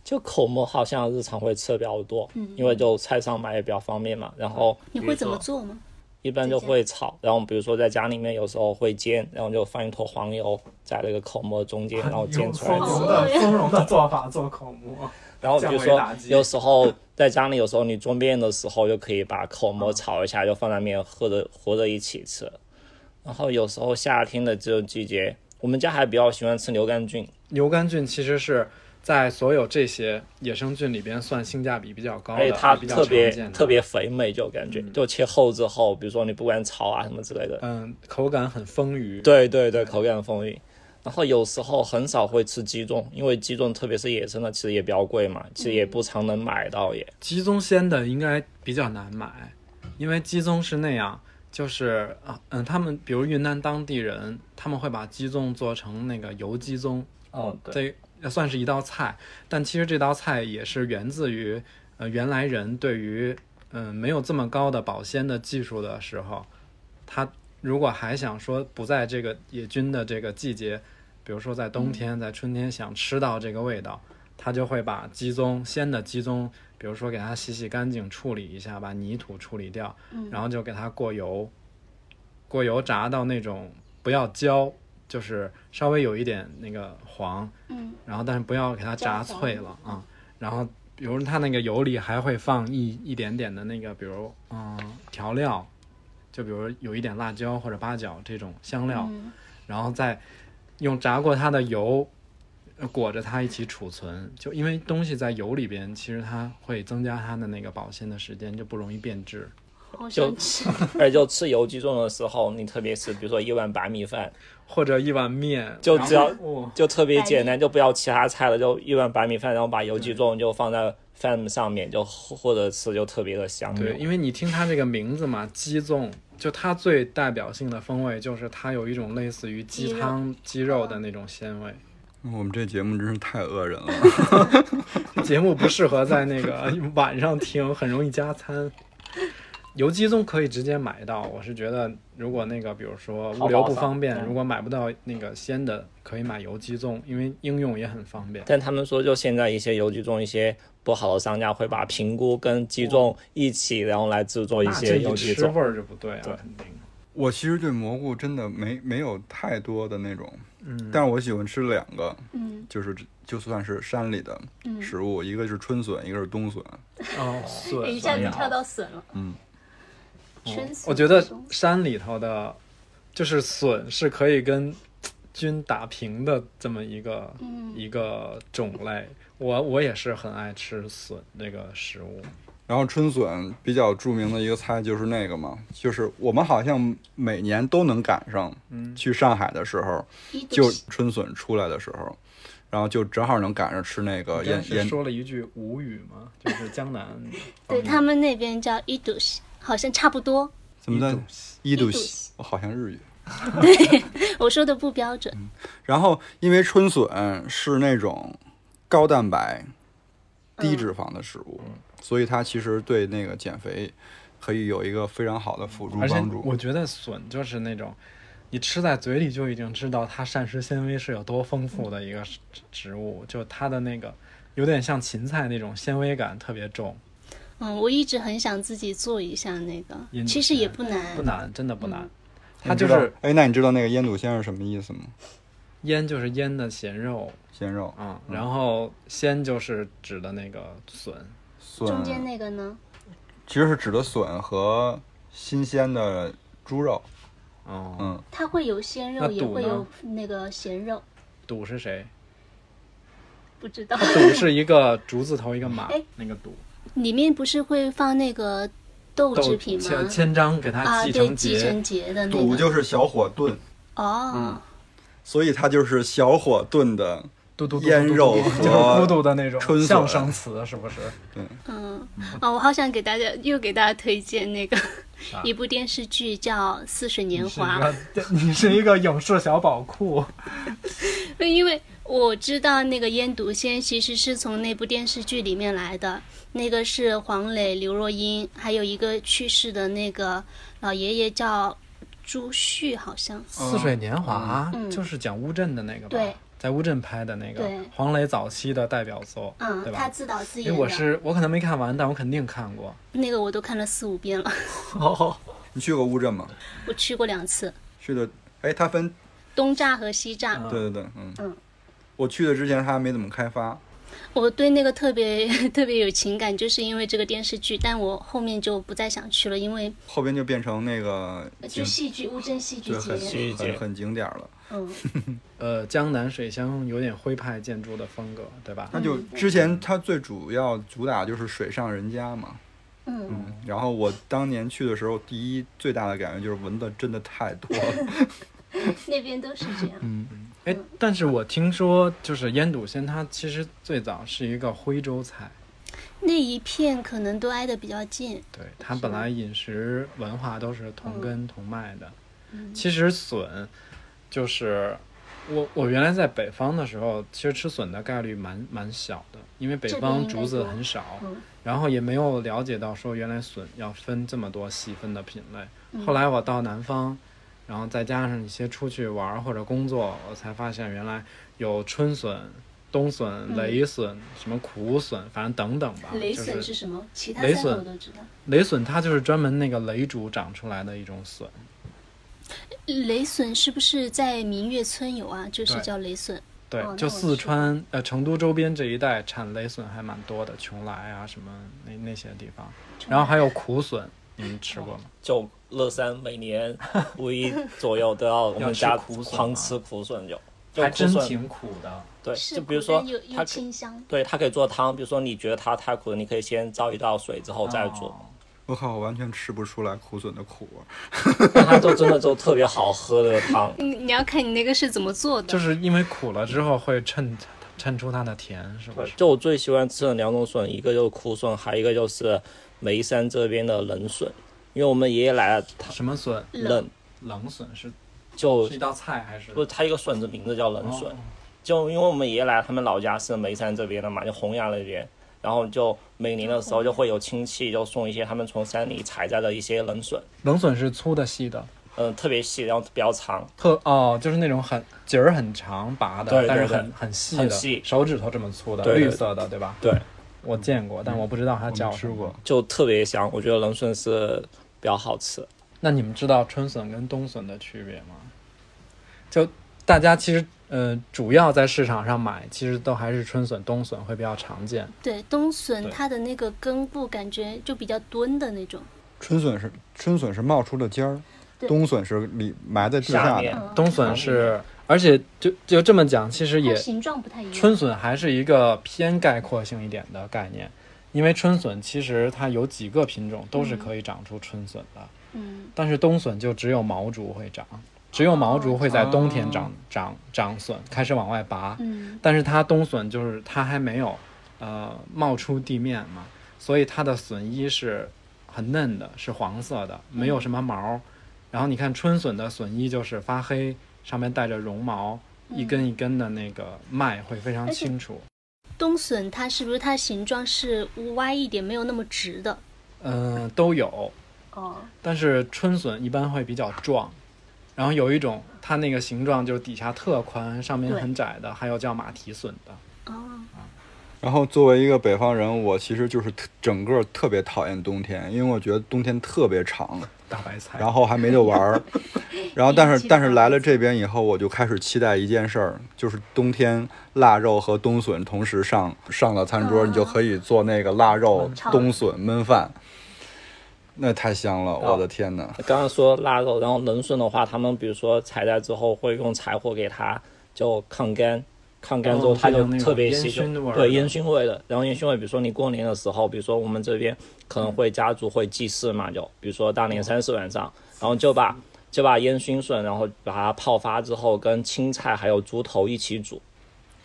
S1: 就口蘑好像日常会吃的比较多，因为就菜上买也比较方便嘛。然后
S2: 嗯你
S1: 比
S2: 会
S1: 如
S2: 怎么
S1: 说
S2: 做吗？
S1: 一般就会炒，然后比如说在家里面有时候会煎，然后就放一坨黄油在那个口蘑中间，然后
S3: 哎
S1: 煎出来吃。
S3: 的松茸的做法做口蘑，
S1: 然后比如
S3: 降维
S1: 说
S3: 打击
S1: 有时候在家里，有时候你做面的时候就可以把口
S3: 嗯
S1: 蘑炒一下，就放在面和着和着一起吃。然后有时候夏天的这种季节，我们家还比较喜欢吃牛肝菌，
S3: 牛肝菌其实是在所有这些野生菌里边算性价比比较高
S1: 而且
S3: 的，
S1: 哎它
S3: 哦比较
S1: 特别
S3: 常见的
S1: 特别肥美，就感觉就切厚之后，比如说你不管炒啊什么之类的，
S3: 嗯，口感很丰腴。，
S1: 对对对，口感丰腴。然后有时候很少会吃鸡枞，因为鸡枞特别是野生的，其实也比较贵嘛，其实也不常能买到也。
S3: 鸡枞鲜的应该比较难买，因为鸡枞是那样，就是啊，嗯，他们比如云南当地人，他们会把鸡枞做成那个油鸡枞，
S1: 哦，，
S3: 这也呃算是一道菜，但其实这道菜也是源自于呃原来人对于嗯、没有这么高的保鲜的技术的时候，他如果还想说不在这个野菌的这个季节，比如说在冬天、在春天想吃到这个味道，他就会把鸡枞鲜的鸡枞，比如说给它洗洗干净，处理一下，把泥土处理掉，然后就给它过油，过油炸到那种不要焦，就是稍微有一点那个黄，
S2: 嗯，
S3: 然后但是不要给它炸脆了啊、然后比如它那个油里还会放一一点点的那个，比如嗯调料，就比如有一点辣椒或者八角这种香料，然后再用炸过它的油。呃裹着它一起储存，就因为东西在油里边，其实它会增加它的那个保鲜的时间，就不容易变质。
S2: 好
S1: 就
S2: 想吃。
S1: 而且就吃油鸡枞的时候，你特别是比如说一碗白米饭，
S3: 或者一碗面，
S1: 就
S3: 然后
S1: 只要
S3: 哦
S1: 就特别简单，就不要其他菜了，就一碗白米饭，然后把油鸡枞就放在饭上面，就或者吃就特别的香。
S3: 对，因为你听它这个名字嘛，鸡枞，就它最代表性的风味就是它有一种类似于鸡
S2: 鸡肉
S3: 汤鸡肉的那种鲜味。
S5: 嗯我们这节目真是太恶人
S3: [LAUGHS]
S5: 了。
S3: 节目不适合在那个 [LAUGHS] 晚上听，很容易加餐。油鸡枞可以直接买到，我是觉得如果那个比如说
S1: 淘宝
S3: 物流
S1: 上
S3: 不方便，
S1: 嗯
S3: 如果买不到那个鲜的，可以买油鸡枞，因为应用也很方便。
S1: 但他们说，就现在一些邮局中一些不好的商家会把评估跟击中一起，然后来制作一
S3: 那这
S1: 些
S3: 哦一
S1: 邮局
S3: 吃
S1: 种。
S3: 味儿就不对啊，
S1: 对
S3: 肯定。
S5: 我其实对蘑菇真的没没有太多的那种，嗯，但是我喜欢吃两个， [LAUGHS]
S2: 嗯，
S5: 就是就算是山里的
S3: 嗯
S5: 食物，一个是春笋，一个是冬笋。
S3: 哦，
S6: 一
S2: 哎
S3: 笋
S6: 下就跳到笋了。
S5: 嗯，
S6: 春笋
S3: 我觉得山里头的，就是笋是可以跟菌打平的这么一个、一个种类。我我也是很爱吃笋这个食物，
S5: 然后春笋比较著名的一个菜就是那个嘛，就是我们好像每年都能赶上，去上海的时候，
S2: 一
S5: 就
S2: 对
S5: 春笋出来的时候，然后就正好能赶上吃那个
S3: 真
S5: 腌
S3: 是
S5: 腌
S3: 说了一句吴语嘛，就是江
S5: [LAUGHS]
S3: 南方
S2: 对
S3: 言。
S2: 他们那边叫一肚西，好像差不多。
S5: 怎么的伊
S6: 度
S5: 度
S6: 西
S5: 西，我好像日语。
S2: 我说的不标准，
S3: 嗯
S5: 然后因为春笋是那种高蛋白、低脂肪的食物，所以它其实对那个减肥可以有一个非常好的辅助
S3: 而且
S5: 帮助。
S3: 我觉得笋就是那种，你吃在嘴里就已经知道它膳食纤维是有多丰富的一个植植物，就它的那个有点像芹菜那种纤维感特别重，
S2: 嗯，我一直很想自己做一下那个
S3: 印，度
S2: 其实也不
S3: 不
S2: 难。
S3: 难，真的不难。它
S5: 你知
S3: 就
S5: 道
S3: 是
S5: 哎，那你知道那个腌笃鲜是什么意思吗？
S3: 腌，就是腌的咸肉
S5: 鲜肉、
S3: 啊、然后鲜就是指的那个笋，啊
S2: 中间
S5: 笋，
S2: 那个呢？
S5: 其实是指的笋和新鲜的猪肉。
S3: 哦、
S5: 嗯，
S2: 它会有鲜
S3: 那
S2: 肉，
S3: 肚
S2: 也会
S3: 呢
S2: 有那个咸肉，
S3: 肚是谁？
S2: 不知道。
S3: 肚是一个竹字头一个马
S2: 哎，
S3: 那个肚。
S2: 里面不是会放那个豆制品
S3: 千
S2: 吗？
S3: 千章给它
S2: 啊，
S3: 继
S2: 对，
S3: 承
S2: 继
S3: 节
S2: 承节的那
S5: 笃
S2: 个。
S5: 就是小火炖，
S3: 嗯
S2: 哦，
S5: 所以它就是小火炖的。
S3: 嘟嘟嘟嘟嘟嘟
S5: 腌肉
S3: 就是
S5: 和
S3: 咕嘟的那种
S5: 春笋
S3: 相声词，是不是？
S2: 嗯，哦，我好想给大家又给大家推荐那个 [LAUGHS] 一部电视剧叫《似水年华》。
S3: 你是一个，你是一个影视小宝库。
S2: 对，因为我知道那个腌笃鲜其实是从那部电视剧里面来的，那个是黄磊、刘若英，还有一个去世的那个老爷爷叫朱旭，好像。
S3: 《似水年华》
S2: 嗯
S3: 就是讲乌镇的那个吧？
S2: 对，
S3: 在乌镇拍的那个
S2: 对
S3: 黄磊早期的代表作，
S2: 嗯
S3: 对，
S2: 他
S3: 吧？
S2: 自导自
S3: 因为
S2: 演
S3: 我
S2: 的，
S3: 是我可能没看完，但我肯定看过。
S2: 那个我都看了四五遍了，
S5: 你去过乌镇吗？
S2: 我去过两次，
S5: 去的，哎，它分，
S2: 东栅和西栅，
S3: 嗯
S5: 对对对，嗯
S2: 嗯
S5: 我去的之前它还没怎么开发，
S2: 我对那个特别特别有情感，就是因为这个电视剧，但我后面就不再想去了，因为
S5: 后边就变成那个景
S2: 就戏剧乌镇戏剧
S5: 对，很
S2: 节，
S1: 剧节
S5: 很很景点儿了。
S2: 嗯，
S3: 呃，江南水乡有点徽派建筑的风格，对吧？
S5: 那就之前它最主要主打就是水上人家嘛。
S2: 嗯
S5: 然后我当年去的时候，第一最大的感觉就是蚊子真的太多了。
S2: 那边都是这样。
S3: 哎，但是我听说就是腌笃鲜，它其实最早是一个徽州菜，
S2: 那一片可能都挨得比较近，
S3: 对，它本来饮食文化都是
S2: 嗯
S3: 同根同脉的。其实笋就是我我原来在北方的时候，其实吃笋的概率蛮蛮小的，因为北
S2: 这边
S3: 方
S2: 应该
S3: 竹子
S2: 多
S3: 很少，
S2: 嗯
S3: 然后也没有了解到说原来笋要分这么多细分的品类。
S2: 嗯
S3: 后来我到南方。然后再加上一些出去玩儿或者工作，我才发现原来有春笋、冬笋、雷笋、什么苦笋，反正等等吧。
S2: 嗯雷
S3: 啊就
S2: 笋是什么？其他
S3: 雷
S2: 三个我
S3: 笋
S2: 都知道。
S3: 雷笋它就是专门那个雷竹长出来的一种笋，
S2: 雷笋是不是在明月村有啊？就是
S3: 对
S2: 叫雷笋。
S3: 对，
S2: 哦
S3: 就
S2: 那我
S3: 四
S2: 吃
S3: 川呃成都周边这一带产雷笋还蛮多的，邛崃啊什么那那些地方，然后还
S2: 嗯
S3: 有苦笋，你们吃过吗？
S1: 就乐山每年五一左右都要我们家
S3: 要吃苦笋吗啊
S1: 狂吃苦笋酒，就
S3: 还
S1: 苦
S3: 真
S1: 笋
S3: 挺苦的，
S1: 对，
S2: 是
S1: 就比如
S2: 苦
S1: 说
S2: 但又
S1: 它
S2: 又
S1: 可
S2: 清香，。
S1: 对它可以做汤，比如说你觉得它太苦了，你可以先焯一道水之后再做，
S3: 哦
S5: 我靠，我完全吃不出来苦笋的苦味儿。
S1: 但它就真的就特别好喝的汤
S2: 嗯你你要看你那个是怎么做的。
S3: 就是因为苦了之后会衬衬出它的甜，是不
S1: 对
S3: 是？
S1: 就我最喜欢吃的两种笋，一个就是苦笋，还有一个就是眉山这边的冷笋，因为我们爷爷来了，他
S3: 什么笋？
S1: 冷
S3: 冷笋是
S1: 就是
S3: 一道菜还是？
S1: 不是它一个笋子名字叫冷笋。
S3: 哦
S1: 就因为我们爷爷来他们老家是眉山这边的嘛，就洪崖那边，然后就每年的时候就会有亲戚就送一些他们从山里采摘的一些冷笋，
S3: 冷笋是粗的细的，
S1: 嗯，特别细，然后比较长，
S3: 特哦，就是那种很节儿很长拔的，
S1: 对对
S3: 但是
S1: 对
S3: 很很细的，
S1: 很细
S3: 手指头这么粗的，
S1: 对对
S3: 绿色的，对吧？
S1: 对，
S3: 我见过，但我不知道它
S5: 嗯我
S3: 叫
S5: 没
S3: 什
S5: 吃
S3: 么。
S5: 过，
S1: 就特别香。我觉得冷笋是比较好吃。
S3: 那你们知道春笋跟冬笋的区别吗？就大家其实呃，主要在市场上买，其实都还是春笋、冬笋会比较常见。
S2: 对，冬笋
S3: 对
S2: 它的那个根部感觉就比较蹲的那种。
S5: 春笋是春笋是冒出的尖儿，
S2: 对
S5: 冬笋是里埋在地
S1: 下
S5: 下
S1: 面
S5: 的。
S2: 嗯
S3: 冬笋是，而且就就这么讲，其实
S2: 它
S3: 也
S2: 形状不太一样。
S3: 春笋还是一个偏概括性一点的概念，因为春笋其实它有几个品种都是可以长出春笋的，
S2: 嗯，
S3: 但是冬笋就只有毛竹会长，只有毛竹会在冬天
S2: 哦
S3: 长、长长笋，开始往外拔。
S2: 嗯
S3: 但是它冬笋就是它还没有呃冒出地面嘛，所以它的笋衣是很嫩的，是黄色的，没有什么毛。然后你看春笋的笋衣就是发黑，上面带着绒毛，
S2: 嗯
S3: 一根一根的那个脉会非常
S2: 而且
S3: 清楚。
S2: 冬笋它是不是它形状是歪一点，没有那么直的？
S3: 嗯、都有。
S2: 哦，
S3: 但是春笋一般会比较壮，然后有一种它那个形状就是底下特宽，上面
S2: 对
S3: 很窄的，还有叫马蹄笋的。
S2: 哦，
S5: 然后作为一个北方人，我其实就是特整个特别讨厌冬天，因为我觉得冬天特别长，
S3: 大白菜，
S5: 然后还没得
S6: [LAUGHS]
S5: 玩儿。然后但
S6: 哎一
S5: 是
S6: 起
S5: 但是
S6: 玩
S5: 来了这边以后，我就开始期待一件事儿，就是冬天腊肉和冬笋同时上上了餐桌，你就可以做那个腊肉
S6: 嗯
S5: 冬笋焖饭，那太香了，
S6: 哦
S5: 我的天呐！
S1: 刚刚说腊肉，然后冷笋的话，他们比如说采摘之后会用柴火给它就抗干，抗干之后
S3: 哦
S1: 它就
S3: 就像那种
S1: 特别
S3: 烟
S1: 吸收
S3: 熏味，儿
S1: 对
S3: 的
S1: 烟熏味的。然后烟熏味，比如说你过年的时候，比如说我们这边可能会家族会祭祀嘛，就比如说大年三十晚
S3: 哦
S1: 上，然后就把就把烟熏笋，然后把它泡发之后，跟青菜还有猪头一起煮。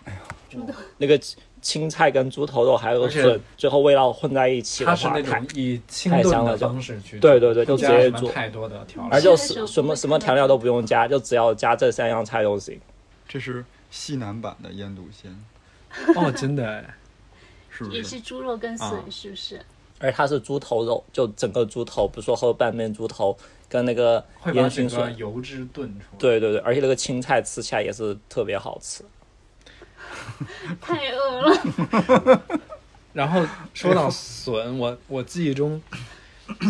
S1: 哎呦，那个青菜跟猪头肉还有
S3: 而且
S1: 笋，最后味道混在一起的
S3: 它是
S1: 话，
S3: 那
S1: 太
S3: 种以清
S1: 太
S3: 炖
S1: 香
S3: 的
S1: 了就
S3: 方式去
S1: 对对对
S3: 不
S1: 就
S3: 加
S1: 直接
S3: 什么
S1: 煮
S3: 太多的调
S1: 而
S3: 料。
S1: 就
S6: 吃的时
S1: 是
S6: 候
S1: 什
S6: 不
S1: 么
S6: 会
S1: 什么
S6: 看到
S1: 调料
S6: 这
S1: 都
S6: 个
S1: 不用加，就只要加这三样菜就行。
S5: 这是西南版的腌笃鲜，
S3: 哦，真的哎，
S5: 是不
S6: 也
S5: 是？
S6: 是猪肉跟
S3: 啊
S6: 笋，是不是？
S1: 而它是猪头肉，就整个猪头，不是说后半边猪头跟那个
S3: 会把
S1: 烟
S3: 整
S1: 熏
S3: 个
S1: 笋。
S3: 油脂炖出来。
S1: 对对对，而且那个青菜吃起来也是特别好吃。
S6: 太饿了，
S3: 然后说到笋，我我记忆中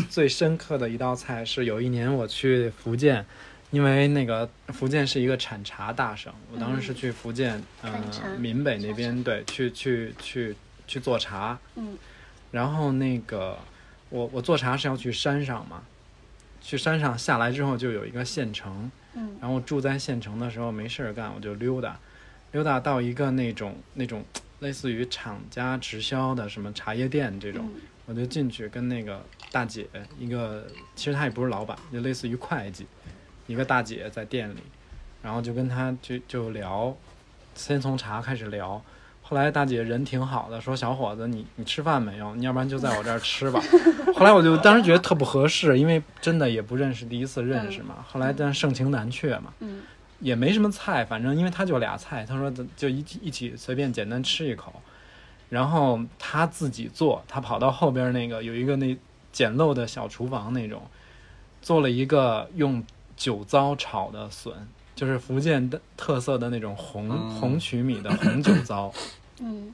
S3: 最深刻的一道菜是有一年我去福建，因为那个福建是一个产茶大省，我当时是去福建、
S2: 看嗯茶
S3: 呃闽北那边对去去去去做茶，
S2: 嗯，
S3: 然后那个我我做茶是要去山上嘛，去山上下来之后就有一个县城，
S2: 嗯，
S3: 然后住在县城的时候没事儿干，我就溜达，溜达到一个那种那种类似于厂家直销的什么茶叶店这种，我就进去跟那个大姐一个，其实她也不是老板，就类似于会计，一个大姐在店里，然后就跟她就就聊，先从茶开始聊。后来大姐人挺好的，说小伙子你你吃饭没有？你要不然就在我这儿吃吧。后来我就当时觉得特不合适，因为真的也不认识，第一次认识嘛。后来但盛情难却嘛，
S2: 嗯
S3: 也没什么菜，反正因为他就俩菜，他说就一起一起随便简单吃一口。然后他自己做，他跑到后边那个有一个那简陋的小厨房那种，做了一个用酒糟炒的笋，就是福建的特色的那种红、红曲米的红酒糟。
S2: 嗯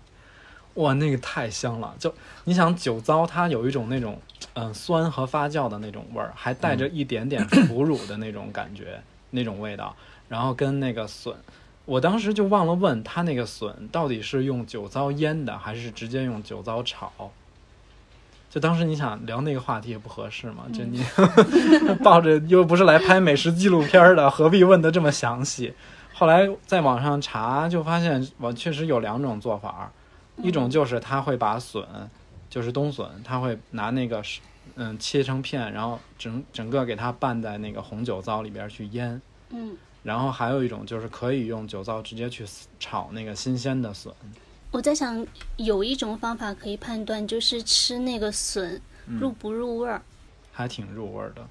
S3: 哇，那个太香了！就你想酒糟，它有一种那种嗯、呃酸和发酵的那种味儿，还带着一点点腐乳的那种感觉，那种味道。然后跟那个笋，我当时就忘了问他那个笋到底是用酒糟腌的，还是直接用酒糟炒。就当时你想聊那个话题也不合适嘛，就你 [LAUGHS] 抱着又不是来拍美食纪录片儿的，何必问的这么详细？后来在网上查，就发现我确实有两种做法儿，
S2: 嗯
S3: 一种就是他会把笋，就是冬笋，他会拿那个是嗯切成片，然后整整个给它拌在那个红酒糟里边儿去腌。
S2: 嗯，
S3: 然后还有一种就是可以用酒糟直接去炒那个新鲜的笋，
S2: 我在想有一种方法可以判断，就是吃那个笋入不入味儿。
S3: 嗯还挺入味儿的。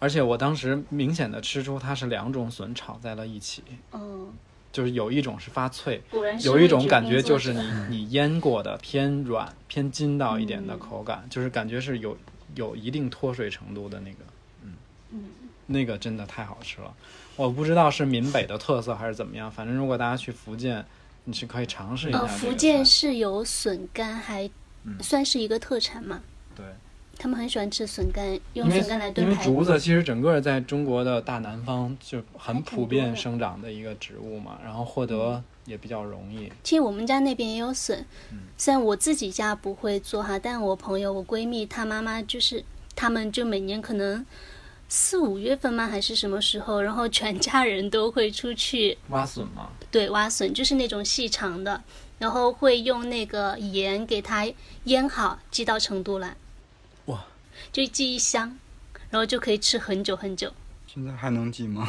S3: 而且我当时明显的吃出它是两种笋炒在了一起，
S2: 嗯
S3: 就是有一种是发脆，
S6: 果然哦是
S3: 有一种
S6: 味觉
S3: 感觉
S6: 工作
S3: 就是
S6: 者
S3: 你你腌过的偏软偏筋道一点的口感，就是感觉是有有一定脱水程度的那个，嗯，那个真的太好吃了。我不知道是闽北的特色还是怎么样，反正如果大家去福建，你是可以尝试一下这
S2: 呃，
S3: 个菜。
S2: 福建是有笋干，还算是一个特产嘛。
S3: 嗯对，
S2: 他们很喜欢吃笋干，用
S3: 因为
S2: 笋干来
S3: 因
S2: 炖
S3: 为
S2: 排骨
S3: 竹。子其实整个在中国的大南方就很
S6: 还
S3: 普
S6: 挺多
S3: 遍
S6: 的
S3: 生长的一个植物嘛，然后
S2: 嗯
S3: 获得也比较容易。
S2: 其实我们家那边也有笋，
S3: 嗯
S2: 虽然我自己家不会做哈，但我朋友、我闺蜜她妈妈就是，她们就每年可能四五月份吗？还是什么时候？然后全家人都会出去，
S3: 挖笋嘛，
S2: 对，挖笋就是那种细长的，然后会用那个盐给它腌好，寄到成都来。
S3: 哇！
S2: 就寄一箱，然后就可以吃很久很久，
S5: 现在还能寄吗？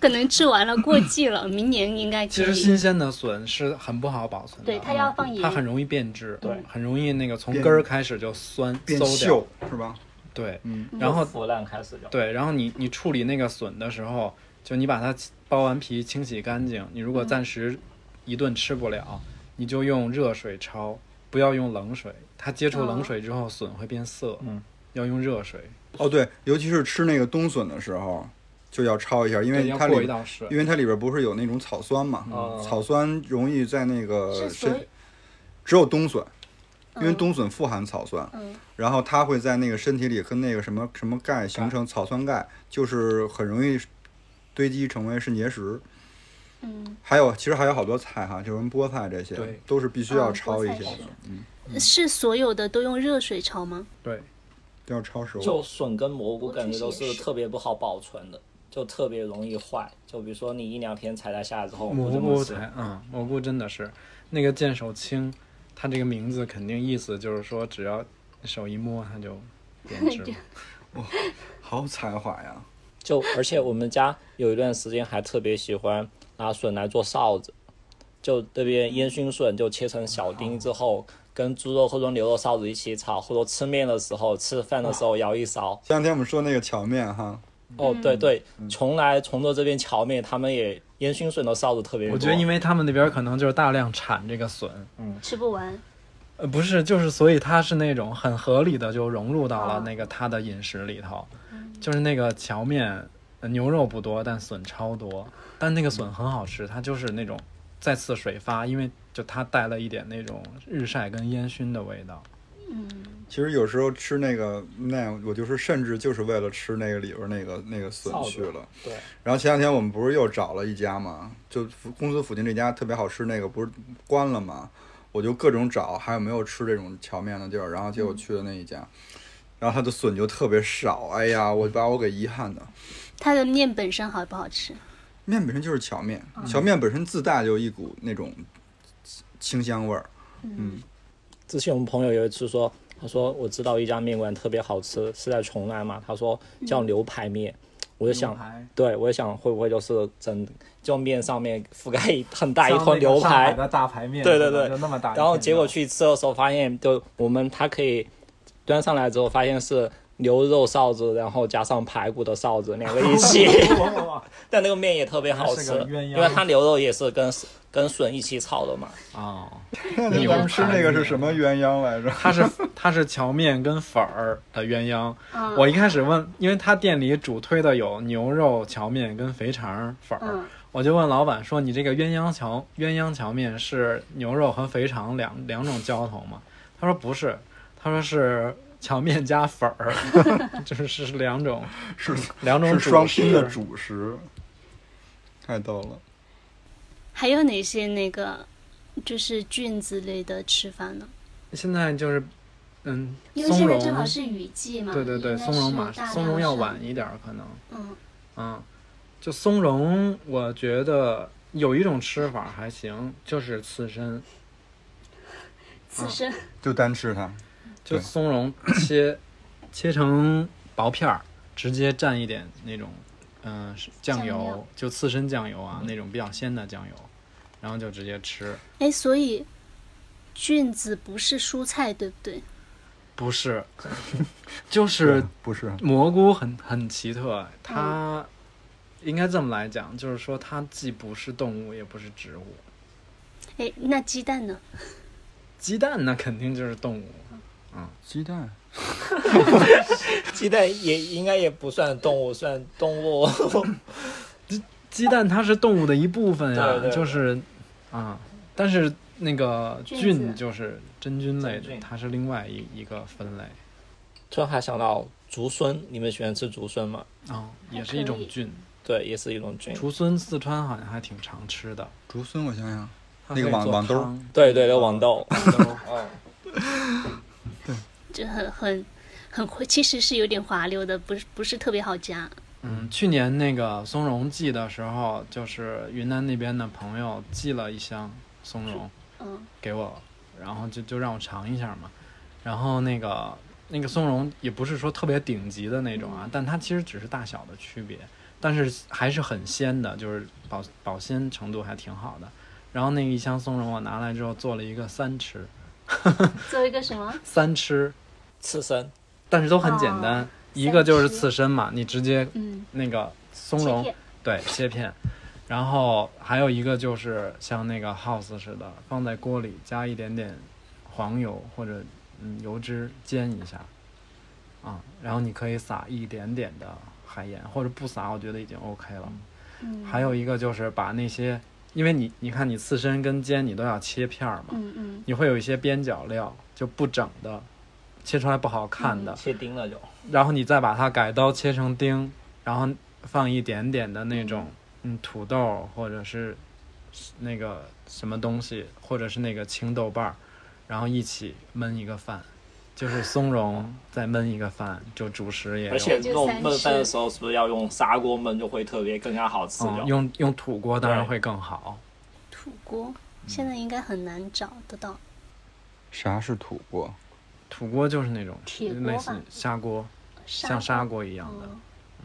S2: 可能吃完了过季了，明年应该可
S3: 其实
S2: 以。
S3: 新鲜的笋是很不好保存的，嗯
S2: 对，它要放
S3: 它
S2: 盐，
S3: 很容易变质，
S1: 对
S3: 很容易那个从
S5: 变
S3: 根儿开始就酸
S5: 变
S3: 馊掉
S5: 锈，是吧？
S3: 对，
S5: 嗯，
S3: 然后
S1: 腐烂开始就
S3: 对，然后你你处理那个笋的时候，就你把它剥完皮清洗干净，你
S2: 嗯
S3: 如果暂时一顿吃不了，你就用热水焯，不要用冷水，它接触
S2: 哦
S3: 冷水之后笋会变色，
S1: 嗯，
S3: 要用热水，
S5: 哦对，尤其是吃那个冬笋的时候，就要焯一下，因
S3: 对
S5: 为
S3: 要
S5: 它
S3: 过一
S5: 里
S3: 道哦水
S5: 因，为它里边不是有那种草酸嘛，
S1: 嗯
S5: 草酸容易在那个
S6: 是所
S5: 身
S6: 以
S5: 只有冬笋，因为
S2: 嗯
S5: 冬笋富含草酸，
S2: 嗯
S5: 然后它会在那个身体里跟那个什么什么钙形成草酸钙，就是很容易堆积成为肾结石。
S2: 嗯，
S5: 还有，其实还有好多菜哈，就是菠菜这些
S3: 对，
S5: 都是必须要
S6: 嗯
S5: 焯
S6: 菠菜
S5: 一下的
S6: 是，
S5: 嗯，
S2: 是所有的都用热水焯吗？
S3: 对，
S5: 都要焯熟。
S1: 就笋跟蘑菇
S6: 我
S1: 感觉
S6: 确实
S1: 都
S6: 也
S1: 是
S6: 是
S1: 特别不好保存的，就特别容易坏。就比如说你一两天采摘下来之后，
S3: 蘑
S1: 我这么
S3: 菇
S1: 吃
S3: 才，嗯，蘑菇真的是那个见手青，它这个名字肯定意思就是说，只要手一摸它就变质了。
S5: 好才华呀！
S1: 就而且我们家有一段时间还特别喜欢拿笋来做臊子，就这边烟熏笋就切成小丁之后，跟猪肉或者牛肉臊子一起炒，或者吃面的时候、吃饭的时候舀一勺。
S5: 前两天我们说那个荞面哈，
S1: 哦，
S3: 嗯
S1: 对对，邛崃、崇州这边荞面，他们也烟熏笋的臊子特别多。
S3: 我觉得，因为他们那边可能就是大量产这个笋，
S2: 吃不完，
S3: 呃，不是，就是所以它是那种很合理的就融入到了那个它的饮食里头，就是那个荞面呃牛肉不多，但笋超多，但那个笋很好吃，它就是那种再次水发，因为就它带了一点那种日晒跟烟熏的味道。
S5: 其实有时候吃那个那，我就是甚至就是为了吃那个里边那个那个笋
S1: 臊子
S5: 去了。
S1: 对。
S5: 然后前两天我们不是又找了一家嘛，就附公司附近这家特别好吃那个不是关了嘛，我就各种找还有没有吃这种荞面的地儿，然后结果去了那一家，然后它的笋就特别少，哎呀，我把我给遗憾的。
S2: 它的面本身好不好吃？
S5: 面本身就是荞面，荞面本身自带就一股那种清香味儿，嗯，
S1: 之前我们朋友有一次说，他说我知道一家面馆特别好吃，是在邛崃嘛，他说叫牛排面，我就想
S3: 嗯牛排，
S1: 对我就想会不会就是整就面上面覆盖一很大一坨牛排，
S3: 大排面
S1: 对对对
S3: 那么大
S1: 然后结果
S3: [LAUGHS]
S1: 去吃的时候发现，就我们它可以端上来之后发现是。牛肉臊子，然后加上排骨的臊子，两个一 [LAUGHS] 起，但那个面也特别好
S3: 是
S1: 吃
S3: 个，鸳鸯
S1: 因为它牛肉也是跟跟笋一起炒的嘛。
S3: 哦，
S5: [LAUGHS] 那咱们吃那个是什么鸳鸯来着？ [LAUGHS]
S3: 它是它是荞面跟粉儿的鸳鸯。
S6: 嗯
S3: 我一开始问，因为他店里主推的有牛肉荞面跟肥肠粉儿，
S6: 嗯
S3: 我就问老板说：“你这个鸳鸯荞鸳鸯荞面是牛肉和肥肠两两种浇头吗？”他说：“不是，他说是荞面加粉儿， [LAUGHS] 就是是两种
S5: 是
S3: 两种
S5: 是
S3: 主
S5: 双拼的
S3: 食
S5: 主食，太逗了。
S2: 还有哪些那个就是菌子类的吃法呢？
S3: 现在就是嗯，
S6: 因为
S3: 松
S6: 现在
S3: 茸
S6: 正好是雨季嘛，
S3: 对对对，
S6: 嗯应该
S3: 松茸
S6: 是
S3: 马
S6: 大
S3: 松
S6: 量
S3: 茸要
S6: 上
S3: 晚一点儿可能。
S2: 嗯
S3: 嗯，就松茸，我觉得有一种吃法还行，就是刺身，啊
S6: 刺身，
S5: 就单吃它，
S3: 就
S5: 对
S3: 松茸切切成薄片儿，直接蘸一点那种，嗯、是酱油，
S6: 酱嗯料
S3: 就刺身酱油啊，那种比较鲜的酱油，然后就直接吃。
S2: 哎，所以菌子不是蔬菜，对不对？
S3: 不是，
S6: [LAUGHS]
S3: 就是
S5: 不是？
S3: 蘑菇很很奇特，
S6: 嗯
S3: 它应该这么来讲，就是说它既不是动物，也不是植物。
S2: 哎，那鸡蛋呢？
S3: 鸡蛋那肯定就是动物，
S5: 鸡蛋
S1: 鸡蛋也应该也不算动物，算动物。 [LAUGHS]
S3: 鸡蛋它是动物的一部分呀，
S1: 对对对
S3: 就是啊，但是那个
S6: 菌
S3: 菌
S6: 子
S3: 就是真菌类
S1: 真
S3: 的，
S1: 菌
S3: 它是另外一一个分类
S1: 突然还想到竹荪，你们喜欢吃竹荪吗？
S3: 啊、也是
S6: 可
S3: 一种
S6: 以
S3: 菌。
S1: 对，也是一种菌。
S3: 竹荪四川好像还挺常吃的，
S5: 竹荪，我想想，
S3: 它
S5: 那个
S3: 可以
S5: 网
S3: 做
S5: 网兜儿
S3: 汤
S1: 嗯对对对，豌豆。
S3: 网兜儿
S1: 嗯，
S2: 就很很很其实是有点滑溜的，不是不是特别好夹。
S3: 嗯，去年那个松茸季的时候，就是云南那边的朋友寄了一箱松茸，
S2: 嗯，
S3: 给我，然后就就让我尝一下嘛。然后那个那个松茸也不是说特别顶级的那种
S2: 嗯
S3: 啊，但它其实只是大小的区别，但是还是很鲜的，就是保保鲜程度还挺好的。然后那一箱松茸我拿来之后做了一个三吃，
S2: 做一个什么？
S3: 三吃，
S1: [LAUGHS] 刺身，
S3: 但是都很简单。
S2: 哦
S3: 一个就是刺身嘛，你直接
S2: 嗯，
S3: 那个松
S2: 切
S3: 茸
S2: 片
S3: 对切片，然后还有一个就是像那个 house 似的，放在锅里加一点点黄油或者嗯油脂煎一下，啊，然后你可以撒一点点的海盐，或者不撒，我觉得已经 OK 了。
S2: 嗯
S3: 还有一个就是把那些，因为你你看你刺身跟煎你都要切片儿嘛，
S2: 嗯嗯，
S3: 你会有一些边角料就不整的，切出来不好看
S2: 嗯
S3: 的，
S1: 切丁了就。
S3: 然后你再把它改刀切成丁，然后放一点点的那种嗯土豆或者是那个什么东西，或者是那个青豆瓣儿，然后一起焖一个饭，就是松茸再焖一个饭，就主食也
S1: 哦
S3: 有嗯
S1: 而且
S2: 就
S1: 弄
S2: 三
S1: 焖饭的
S2: 吃
S1: 时候，是不是要用砂锅焖就会特别更加好吃？
S3: 嗯
S1: 就
S3: 用用土锅当然会更好。
S2: 土锅现在应该很难找得到。
S5: 啥是土锅？
S3: 土锅就是那种
S2: 铁锅
S3: 类似
S2: 吧
S3: 砂锅，
S2: 砂
S3: 像砂
S2: 锅，哦嗯
S3: 锅一样的，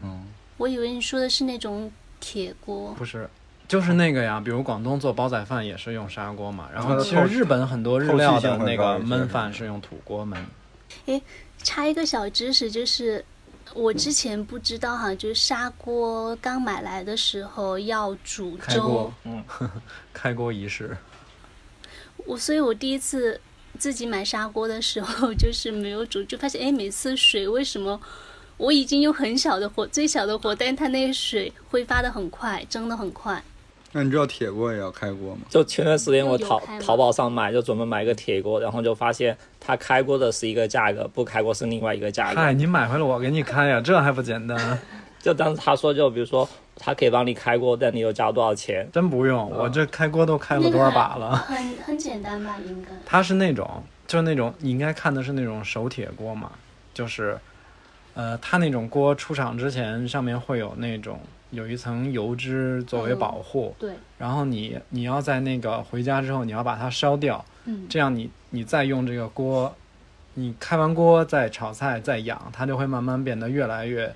S5: 嗯
S2: 我以为你说的是那种铁锅。
S3: 不是，就是那个呀。比如广东做煲仔饭也是用砂锅嘛，然
S5: 啊它
S3: 后
S5: 的
S3: 其实
S5: 透
S3: 日本很多日
S5: 透气
S3: 料
S5: 性
S3: 的
S5: 会
S3: 那
S5: 高
S3: 个
S5: 一些
S3: 焖
S5: 是
S3: 饭
S5: 吧
S3: 是用土锅焖。
S2: 插一个小知识，就是我之前不知道哈，就是砂锅刚买来的时候要煮
S3: 开
S2: 粥，，
S3: 锅
S1: 嗯，
S3: [LAUGHS] 开锅仪式，
S2: 我所以，我第一次自己买砂锅的时候， [LAUGHS] 就是没有煮，就发现哎，每次水为什么我已经用很小的火，最小的火，但是它那个水挥发的很快，蒸的很快。
S5: 那你知道铁锅也要开锅吗？
S1: 就前段时间我
S2: 用油
S1: 淘
S2: 开吗
S1: 淘宝上买，就准备买一个铁锅，然后就发现它开锅的是一个价格，不开锅是另外一个价格。
S3: 嗨，你买回来我给你开呀，这还不简单？ [LAUGHS]
S1: 就当时他说，就比如说他可以帮你开锅，但你又交多少钱？
S3: 真不用，
S5: 啊
S3: 我这开锅都开了多少把了？
S2: 很很简单吧，应该。
S3: 它是那种，就是那种，你应该看的是那种手铁锅嘛，就是，呃，它那种锅出厂之前上面会有那种有一层油脂作
S5: 嗯
S3: 为保护，
S2: 对，
S3: 然后你你要在那个回家之后你要把它烧掉，
S2: 嗯
S3: 这样你你再用这个锅，你开完锅再炒菜再养，它就会慢慢变得越来越，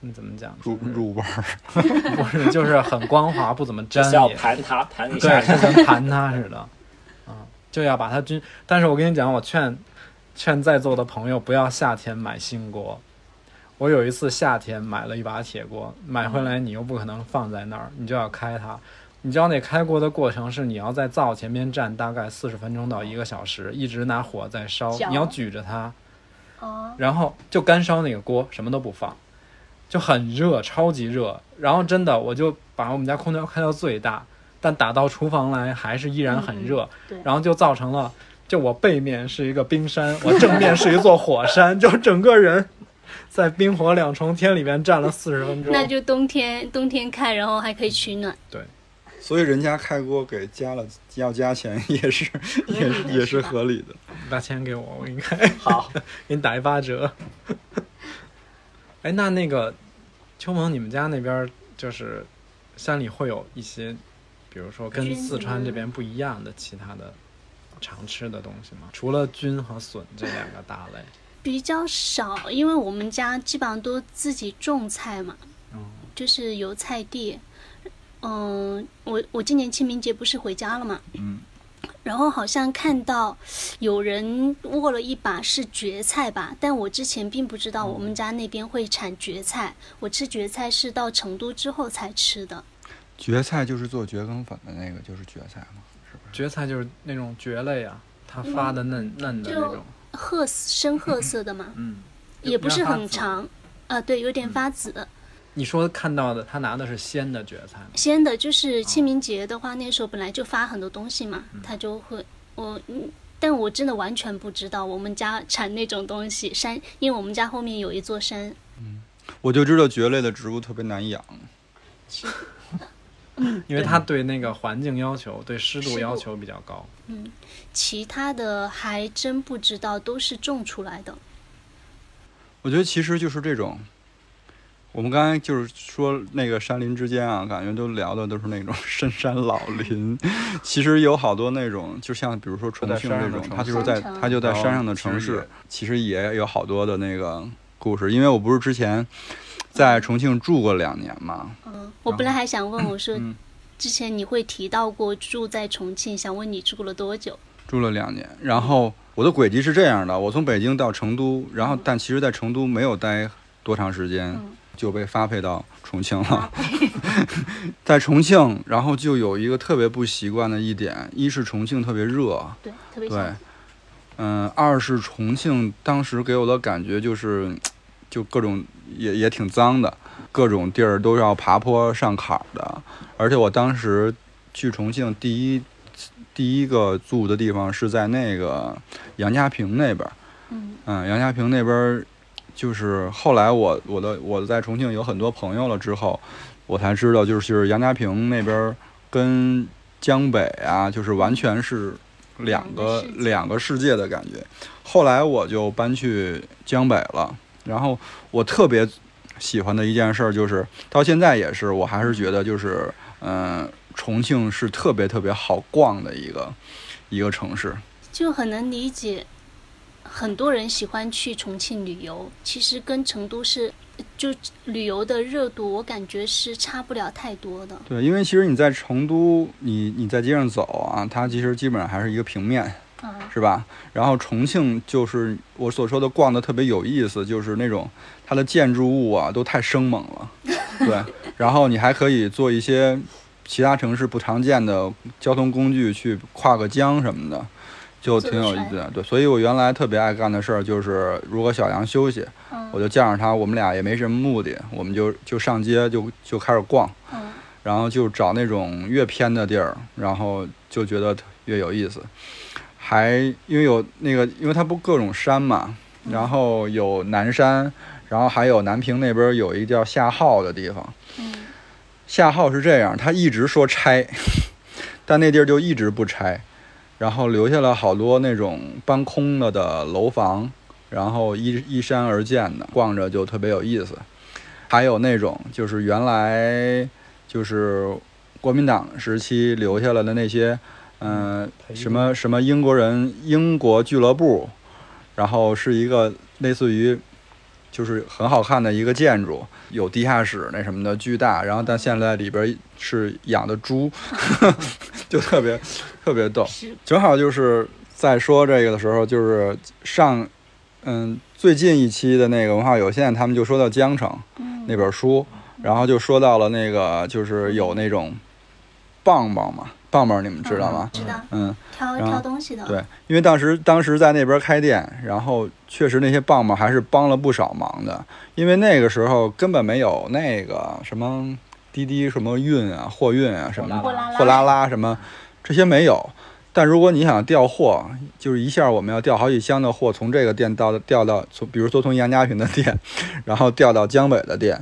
S3: 你怎么讲？
S5: 入入味儿，
S3: 不是， [LAUGHS] 就是很光滑，不怎么
S1: 就
S3: 粘
S1: 是要
S3: 也，
S1: 盘它盘一下
S3: 对，，就跟盘它似的，嗯，就要把它均。但是我跟你讲，我劝劝在座的朋友不要夏天买新锅。我有一次夏天买了一把铁锅，买回
S1: 嗯
S3: 来你又不可能放在那儿，你就要开它。你知道那开锅的过程是你要在灶前面站大概四十分钟到一个小时，一直拿火在烧，
S2: 搅
S3: 你要举着它，
S2: 哦，
S3: 然后就干烧那个锅，什么都不放，就很热，超级热。然后真的，我就把我们家空调开到最大，但打到厨房来还是依然很热，
S2: 嗯对
S3: 然后就造成了，就我背面是一个冰山，我正面是一座火
S2: [LAUGHS]
S3: 山，就整个人在冰火两重天里面站了四十分钟。
S2: 那就冬天冬天开，然后还可以取暖。
S5: 所以人家开锅给加了要加 [LAUGHS] 钱也是也是也是合理的。
S3: 把钱给我，我应该
S1: 好，
S3: [LAUGHS] 给你打一八折。哎，那那个秋萌，你们家那边儿就是山里会有一些，比如说跟
S2: 菌
S3: 四川
S2: 吗
S3: 这边不一样的其他的常吃的东西吗？除了菌和笋这两个大类，
S2: 比较少，因为我们家基本上都自己种菜嘛，就是有菜地。嗯，我我今年清明节不是回家了嘛，
S5: 嗯，
S2: 然后好像看到有人握了一把是蕨菜吧，但我之前并不知道我们家那边会产蕨菜，我吃蕨菜是到成都之后才吃的。
S5: 蕨菜就是做蕨梗粉的那个，就是蕨菜吗？
S3: 蕨菜就是那种蕨类啊，它发的嫩、嫩的那
S2: 就
S3: 种，
S2: 褐色深褐色的嘛，
S3: 嗯，
S2: 也不是很
S3: 长。
S2: 长，啊，对，有点发紫。
S3: 你说看到的，他拿的是鲜的蕨菜吗？
S2: 先的就是清明节的话，那时候本来就发很多东西嘛，
S3: 嗯
S2: 他就会我，嗯但我真的完全不知道我们家产那种东西山，因为我们家后面有一座山，
S5: 我就知道蕨类的植物特别难养，
S3: 因为它对那个环境要求、对湿
S2: 湿
S3: 度
S2: 度
S3: 要求比较高。
S2: 其他的还真不知道，都是种出来的。
S5: 我觉得其实就是这种，我们刚才就是说那个山林之间啊，感觉都聊的都是那种 [LAUGHS] 深山老林，其实有好多那种，就像比如说重庆这种，它就是在
S6: 山城
S5: 它就在山上的
S3: 哦
S5: 城
S3: 其实
S5: 市
S3: 也，
S5: 其实也有好多的那个故事，因为我不是之前在重庆住过两年嘛，
S2: 嗯，我本来还想问，我说
S3: 嗯
S2: 之前你会提到过住在重庆，想问你住了多久？
S5: 住了两年，然后我的轨迹是这样的：我从北京到成都，然后但其实在成都没有待多长时间，就被发配到重庆了。 [LAUGHS] 在重庆，然后就有一个特别不习惯的一点，一是重庆特别热，
S2: 对，特别
S5: 对
S2: 想，
S5: 嗯、二是重庆当时给我的感觉就是，就各种也也挺脏的，各种地儿都要爬坡上坎儿的。而且我当时去重庆第一第一个住的地方是在那个杨家坪那边儿，
S2: 嗯
S5: 嗯，杨家坪那边儿就是后来我我的我在重庆有很多朋友了之后，我才知道就是杨家坪那边儿跟江北啊，就是完全是两个
S6: 两个世界
S5: 两个世界的感觉。后来我就搬去江北了，然后我特别喜欢的一件事儿就是，到现在也是，我还是觉得就是，嗯、重庆是特别特别好逛的一个一个城市。
S2: 就很能理解。很多人喜欢去重庆旅游，其实跟成都是就旅游的热度，我感觉是差不了太多的。
S5: 对，因为其实你在成都，你你在街上走啊，它其实基本上还是一个平面，
S2: 嗯
S5: 是吧？然后重庆就是我所说的逛的特别有意思，就是那种它的建筑物啊都太生猛
S2: [LAUGHS]
S5: 了，对。然后你还可以做一些其他城市不常见的交通工具，去跨个江什么的，就
S2: 自
S5: 挺有
S2: 由
S5: 意
S2: 摔
S5: 思的。对，所以我原来特别爱干的事儿就是，如果小杨休息，我
S2: 嗯
S5: 就叫上他，我们俩也没什么目的，我们就就上街就就开始逛。
S2: 嗯，
S5: 然后就找那种越偏的地儿，然后就觉得越有意思。还因为有那个，因为它不各种山嘛，然后有南山，然后还有南平那边有一叫夏号的地方。
S2: 嗯
S5: 夏号是这样，他一直说拆， [LAUGHS] 但那地儿就一直不拆，然后留下了好多那种搬空了的楼房，然后依依山而建的，逛着就特别有意思。还有那种就是原来就是国民党时期留下来的那些，嗯、
S3: 陪
S5: 什么什么英国人英国俱乐部，然后是一个类似于就是很好看的一个建筑，有地下室那什么的，巨大。然后但现在里边是养的猪， [LAUGHS] 就特别特别逗。
S6: 是
S5: 正好就是在说这个的时候，就是上嗯最近一期的那个文化有限，他们就说到江城
S2: 嗯
S5: 那本书，然后就说到了那个就是有那种棒棒嘛，棒棒你们知道吗？
S2: 知道
S5: 嗯，
S2: 挑
S5: 然后
S2: 挑东西的，
S5: 对，因为当时当时在那边开店，然后确实那些棒棒还是帮了不少忙的，因为那个时候根本没有那个什么滴滴什么运啊、货运啊什么的
S1: 货拉
S2: 拉
S5: 货拉拉什么这些没有。但如果你想调货，就是一下我们要调好几箱的货，从这个店到调到从，比如说从杨家坪的店， [LAUGHS] 然后调到江北的店，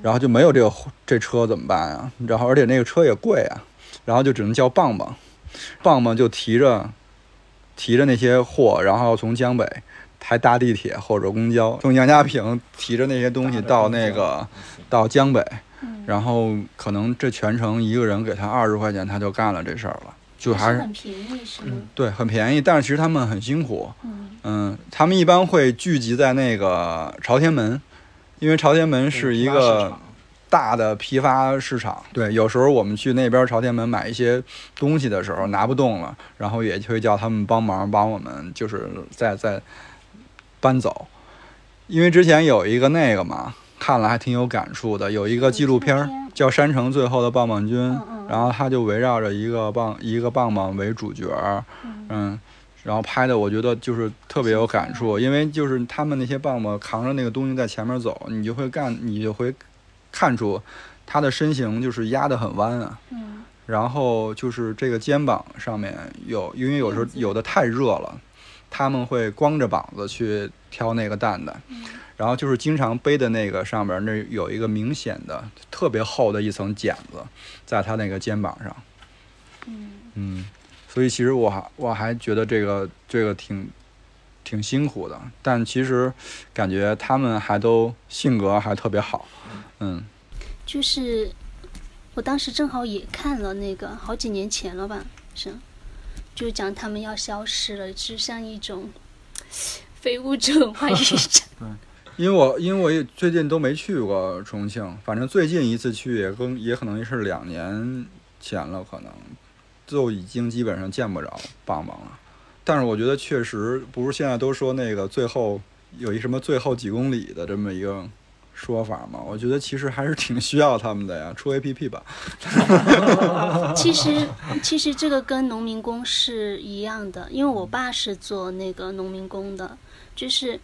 S5: 然后就没有这个货这车怎么办啊？然后而且那个车也贵啊，然后就只能叫棒棒，棒棒就提着提着那些货，然后从江北还搭地铁或者公交，从杨家坪提着那些东西到那 [LAUGHS] 个到江北，然后可能这全程一个人给他二十块钱，他就干了这事儿了，就还是嗯
S6: 很便宜，是吗？
S5: 对，很便宜，但是其实他们很辛苦。嗯，他们一般会聚集在那个朝天门，因为朝天门是一个大的批发市场。对，有时候我们去那边朝天门买一些东西的时候拿不动了，然后也就会叫他们帮忙帮我们，就是再再搬走。因为之前有一个那个嘛，看了还挺有感触的，有一个纪录片儿叫《山城最后的棒棒军》，然后它就围绕着一个棒一个棒棒为主角儿，嗯，然后拍的我觉得就是特别有感触，因为就是他们那些棒棒扛着那个东西在前面走，你就会干，你就会看出他的身形就是压得很弯啊，
S2: 嗯
S5: 然后就是这个肩膀上面有，因为有时候有的太热了，他们会光着膀子去挑那个蛋蛋，然后就是经常背的那个上面那有一个明显的特别厚的一层茧子，在他那个肩膀上。
S2: 嗯
S5: 嗯，所以其实我还我还觉得这个这个挺挺辛苦的，但其实感觉他们还都性格还特别好，嗯，
S2: 就是我当时正好也看了那个，好几年前了吧，是，就讲他们要消失了，就像一种 [LAUGHS] 非物质文化遗产。
S5: 因为我因为我也最近都没去过重庆，反正最近一次去也更也可能是两年前了，可能就已经基本上见不着棒棒了。但是我觉得确实不是现在都说那个最后有一什么最后几公里的这么一个说法嘛？我觉得其实还是挺需要他们的呀，出 APP 吧。
S2: 其实其实这个跟农民工是一样的，因为我爸是做那个农民工的，就是。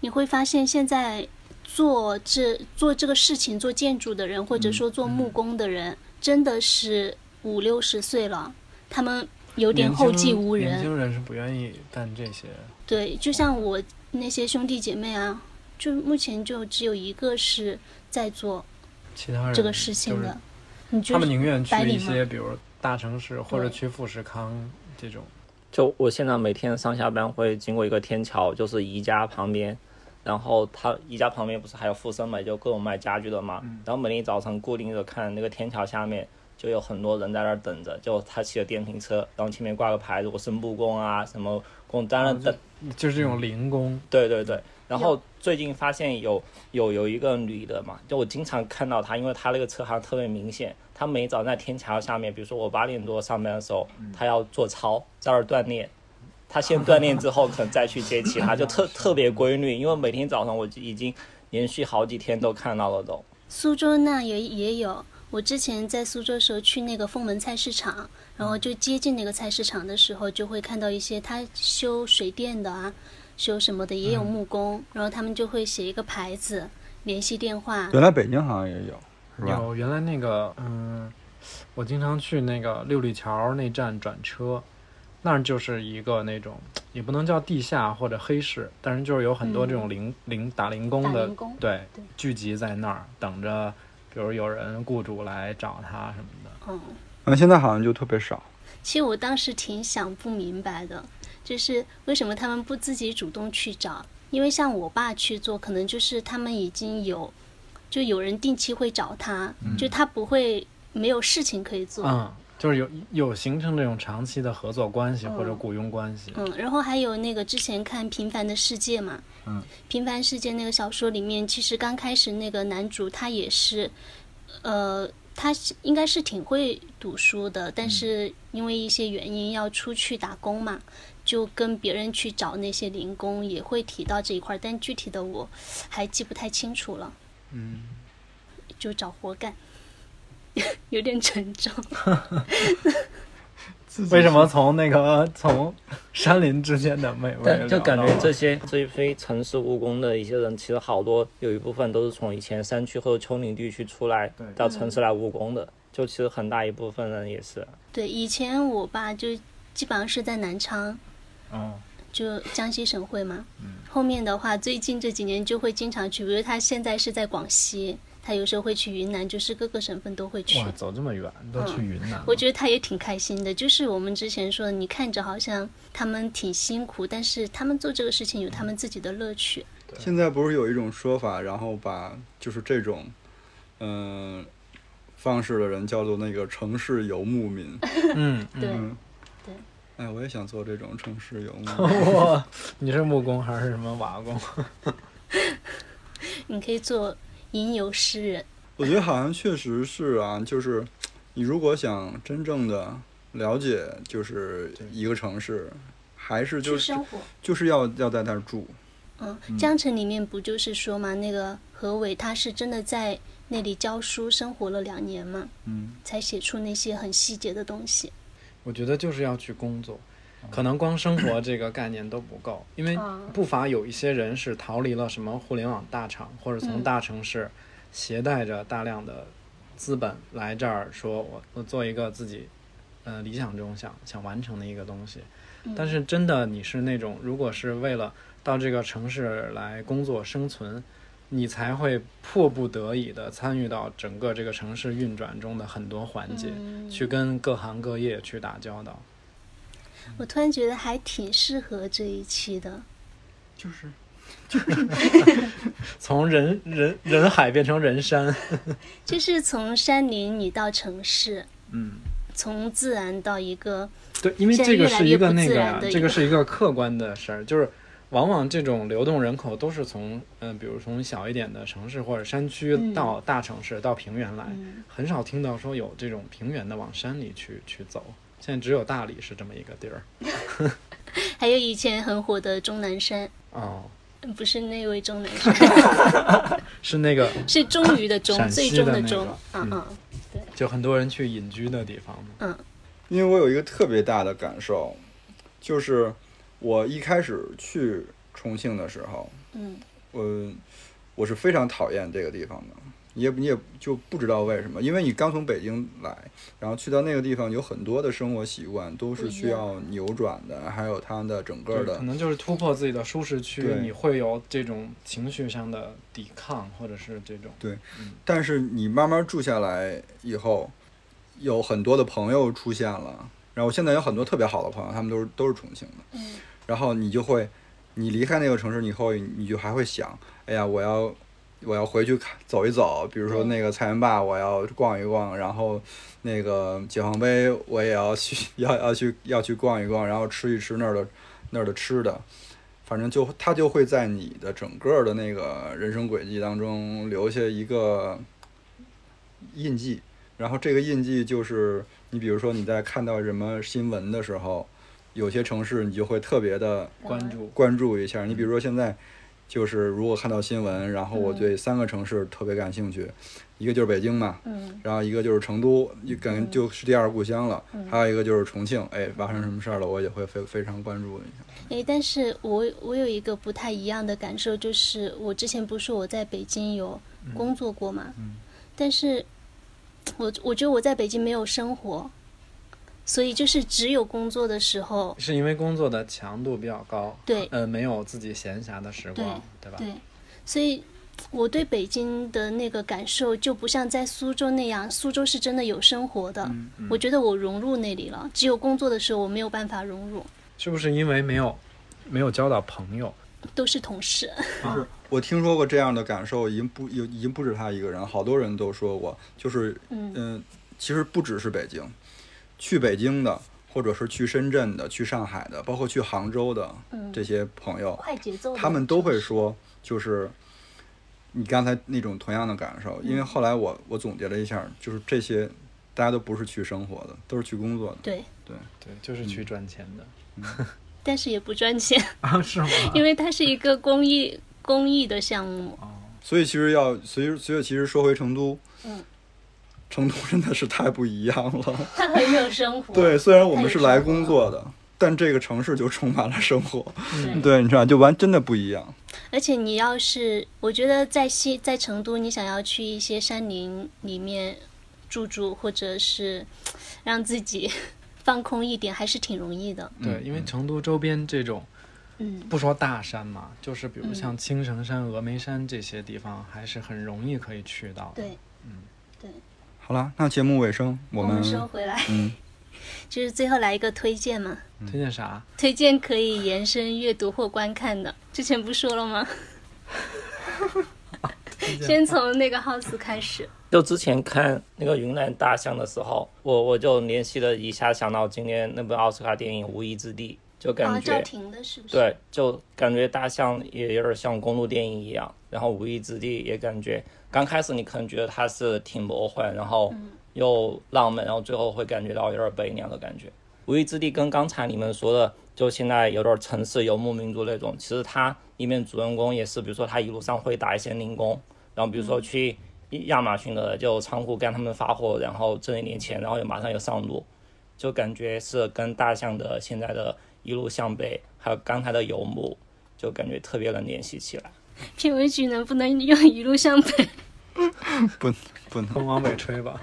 S2: 你会发现，现在做这做这个事情、做建筑的人，或
S3: 嗯
S2: 者说做木工的人，真的是五六十岁了，他们有点后继无人。
S3: 年轻人是不愿意干这些。
S2: 对，就像我那些兄弟姐妹啊，就目前就只有一个是在做
S3: 其他人
S2: 这个事情的。你
S3: 嗯他们宁愿去一些，比如大城市或者去富士康这种。
S1: 就我现在每天上下班会经过一个天桥，就是宜家旁边。然后他宜家旁边不是还有富森美，就各种卖家具的嘛。
S3: 嗯
S1: 然后每天早晨固定的看那个天桥下面就有很多人在那儿等着，就他骑着电瓶车，然后前面挂个牌子，我是木工啊，什么工，当然等、
S3: 啊、就是这
S5: 嗯
S3: 种零工。
S1: 对对对。然后最近发现有有有一个女的嘛，就我经常看到她，因为她那个车行特别明显，她每早在天桥下面，比如说我八点多上班的时候，她要做操，在那儿锻炼。他先锻炼之后，可能再去接其他，就特特别规律。因为每天早上我已经连续好几天都看到了都。
S2: 苏州那也也有，我之前在苏州的时候去那个凤门菜市场，然后就接近那个菜市场的时候，就会看到一些他修水电的啊，修什么的也有木工，嗯、然后他们就会写一个牌子，联系电话。
S5: 原来北京好像也有，是吧？
S3: 有原来那个嗯，我经常去那个六里桥那站转车。那就是一个那种，也不能叫地下或者黑市，但是就是有很多这种零零、嗯、打零工的，
S2: 工
S3: 对，对聚集在那儿等着，比如有人雇主来找他什么的。
S2: 嗯，
S5: 那、嗯、现在好像就特别少。
S2: 其实我当时挺想不明白的，就是为什么他们不自己主动去找？因为像我爸去做，可能就是他们已经有，就有人定期会找他，
S5: 嗯、
S2: 就他不会没有事情可以做。
S3: 嗯。就是有有形成这种长期的合作关系或者雇佣关系。
S2: 嗯，然后还有那个之前看《平凡的世界》嘛，
S5: 嗯，
S2: 《平凡世界》那个小说里面，其实刚开始那个男主他也是，呃，他应该是挺会读书的，但是因为一些原因要出去打工嘛，就跟别人去找那些零工，也会提到这一块，但具体的我还记不太清楚了。
S3: 嗯，
S2: 就找活干。 [LAUGHS] 有点沉重。 [LAUGHS]
S3: 为什么从那个从山林之间的美味，
S1: 就感觉这些这些城市务工的一些人，其实好多有一部分都是从以前山区或者丘陵地区出来到城市来务工的，就其实很大一部分人也是。
S2: 对，以前我爸就基本上是在南昌，
S3: 哦，
S2: 就江西省会嘛。
S3: 嗯。
S2: 后面的话，最近这几年就会经常去，比如他现在是在广西。他有时候会去云南，就是各个省份都会去。
S3: 哇，走这么远都去云南、嗯。
S2: 我觉得他也挺开心的，就是我们之前说，你看着好像他们挺辛苦，但是他们做这个事情有他们自己的乐趣。
S5: 现在不是有一种说法，然后把就是这种，嗯、呃，方式的人叫做那个城市游牧民。
S3: 嗯，
S2: 对、
S5: 嗯，
S2: 对。
S5: 哎，我也想做这种城市游牧。
S3: 哇，你是木工还是什么瓦工？
S2: 你可以做。吟游诗人，
S5: 我觉得好像确实是啊，就是你如果想真正的了解，就是一个城市，还是就是就是要要在那儿住。
S2: 嗯，江城里面不就是说嘛，那个何伟他是真的在那里教书生活了两年嘛，
S5: 嗯，
S2: 才写出那些很细节的东西。
S3: 我觉得就是要去工作。可能光生活这个概念都不够，因为不乏有一些人是逃离了什么互联网大厂，或者从大城市携带着大量的资本来这儿，说我我做一个自己，呃理想中想想完成的一个东西。
S2: 嗯
S3: 但是真的你是那种，如果是为了到这个城市来工作生存，你才会迫不得已的参与到整个这个城市运转中的很多环
S2: 嗯
S3: 节，去跟各行各业去打交道。
S2: 我突然觉得还挺适合这一期的，
S5: 就是
S3: 从人人人海变成人山，
S2: 就是从山林你到城市，
S3: 嗯，
S2: 从自然到一个
S3: 对，因为
S2: 现在
S3: 这个
S2: 越来
S3: 是一
S2: 越
S3: 个
S2: 不
S3: 那
S2: 自
S3: 个
S2: 然
S3: 呀
S2: 的，一
S3: 这个
S2: 个
S3: 是一个客观的事儿，就是往往这种流动人口都是从嗯、呃比如从小一点的城市或者山区
S2: 嗯
S3: 到大城市、到平原来，
S2: 嗯
S3: 很少听到说有这种平原的往山里去去走。现在只有大理是这么一个地儿
S2: 还有以前很火的钟南山，嗯
S3: 哦，
S2: 不是那位钟南山，
S3: [LAUGHS] 是那个
S2: 是终于的终，
S3: 陕
S2: 最
S3: 西
S2: 终
S3: 的那
S2: 终
S3: 个。
S2: 嗯嗯，
S3: 就很多人去隐居的地方嘛。
S5: 因为我有一个特别大的感受，就是我一开始去重庆的时候，
S2: 嗯，
S5: 我呃我是非常讨厌这个地方的，你也你也就不知道为什么，因为你刚从北京来，然后去到那个地方，有很多的生活习惯都是需要扭转的，还有它的整个
S3: 对，可
S5: 的，
S3: 能就是突破自己的舒适区，
S5: 对
S3: 你会有这种情绪上的抵抗，或者是这种
S5: 但是你慢慢住下来以后，有很多的朋友出现了，然后我现在有很多特别好的朋友，他们都是都是重庆的，
S2: 嗯
S5: 然后你就会，你离开那个城市以后，你就还会想，哎呀，我要我要回去看走一走，比如说那个菜园坝，我要逛一逛，然后那个解放碑，我也要去要要去要去逛一逛，然后吃一吃那儿的那儿的吃的，反正就它就会在你的整个的那个人生轨迹当中留下一个印记，然后这个印记就是你比如说你在看到什么新闻的时候。有些城市你就会特别的
S3: 关
S2: 嗯
S3: 注。
S5: 关注一下。你比如说现在，就是如果看到新闻，然后我
S2: 嗯
S5: 对三个城市特别感兴趣，一个就是北京嘛，
S2: 嗯
S5: 然后一个就是成都，一感觉就是第二故乡了，
S2: 嗯
S5: 还有一个就是重庆，哎，发生什么事儿了，我也会非非常关注一下。
S2: 诶，但是我我有一个不太一样的感受，就是我之前不是我在北京有
S5: 嗯
S2: 工作过嘛，但是我我觉得我在北京没有生活，所以就是只有工作的时候，
S3: 是因为工作的强度比较高，
S2: 对
S5: 嗯
S3: 呃，没有自己闲暇的时光，对吧？
S2: 对，所以我对北京的那个感受就不像在苏州那样，苏州是真的有生活的，
S5: 嗯
S2: 我觉得我融入那里了，只有工作的时候我没有办法融入，
S3: 是不是因为没有没有交到朋友？
S2: 都是同事，
S5: 我听说过这样的感受，已经不有已经不止他一个人，好多人都说过，就是
S2: 嗯
S5: 嗯，其实不只是北京，去北京的，或者是去深圳的、去上海的，包括去杭州的
S2: 嗯
S5: 这些朋友，
S2: 快节奏的
S5: 他们都会
S2: 城市
S5: 说，就是你刚才那种同样的感受。因为
S2: 嗯
S5: 后来我我总结了一下，就是这些大家都不是去生活的，都是去工作的。
S2: 对，
S3: 对，就是去赚钱的。
S2: 但是也不赚钱。
S3: 嗯 [LAUGHS] 啊，是吗？
S2: 因为它是一个公益公益的项目，
S5: 所以其实要，所以所以其实说回成都，
S2: 嗯，
S5: 成都真的是太不一样了。
S2: 它很有生活。
S5: [LAUGHS] 对，虽然我们是来
S2: 太有生活
S5: 工作的，但这个城市就充满了生活。
S2: 对
S5: 对，你知道，就完真的不一样。
S2: 而且你要是，我觉得在西在成都，你想要去一些山林里面住住，或者是让自己 [LAUGHS] 放空一点，还是挺容易的。
S3: 对，因为成都周边这种，
S2: 嗯，
S3: 不说大山嘛，就是比如像青城山、峨眉山这些地方，还是很容易可以去到的。
S2: 对，
S5: 好啦，那节目尾声，我
S2: 我
S5: 们
S2: 们说回来，
S5: 嗯，
S2: [LAUGHS] 就是最后来一个推荐嘛，
S3: 推荐啥？
S2: 推荐可以延伸阅读或观看的，之前不说了吗？先从那个 house 开始，
S1: 就之前看那个云南大象的时候，我我就联系了一下，想到今年那部奥斯卡电影《无依之地》，就
S2: 啊，
S1: 感觉、
S2: 赵婷的是不是？
S1: 对，就感觉大象也有点像公路电影一样，然后《无意之地》也感觉刚开始你可能觉得它是挺魔幻，然后又浪漫，然后最后会感觉到有点悲凉的感觉。《无意之地》跟刚才你们说的，就现在有点城市游牧民族那种，其实它里面主人公也是，比如说他一路上会打一些零工，然后比如说去亚马逊的就仓库干他们发货，然后挣一点钱，然后又马上又上路，就感觉是跟大象的现在的一路向北，还有刚才的游牧，就感觉特别能联系起来。
S2: 评委局能不能用一路 [LAUGHS] 向北？
S5: 不不能
S3: 风往北吹吧。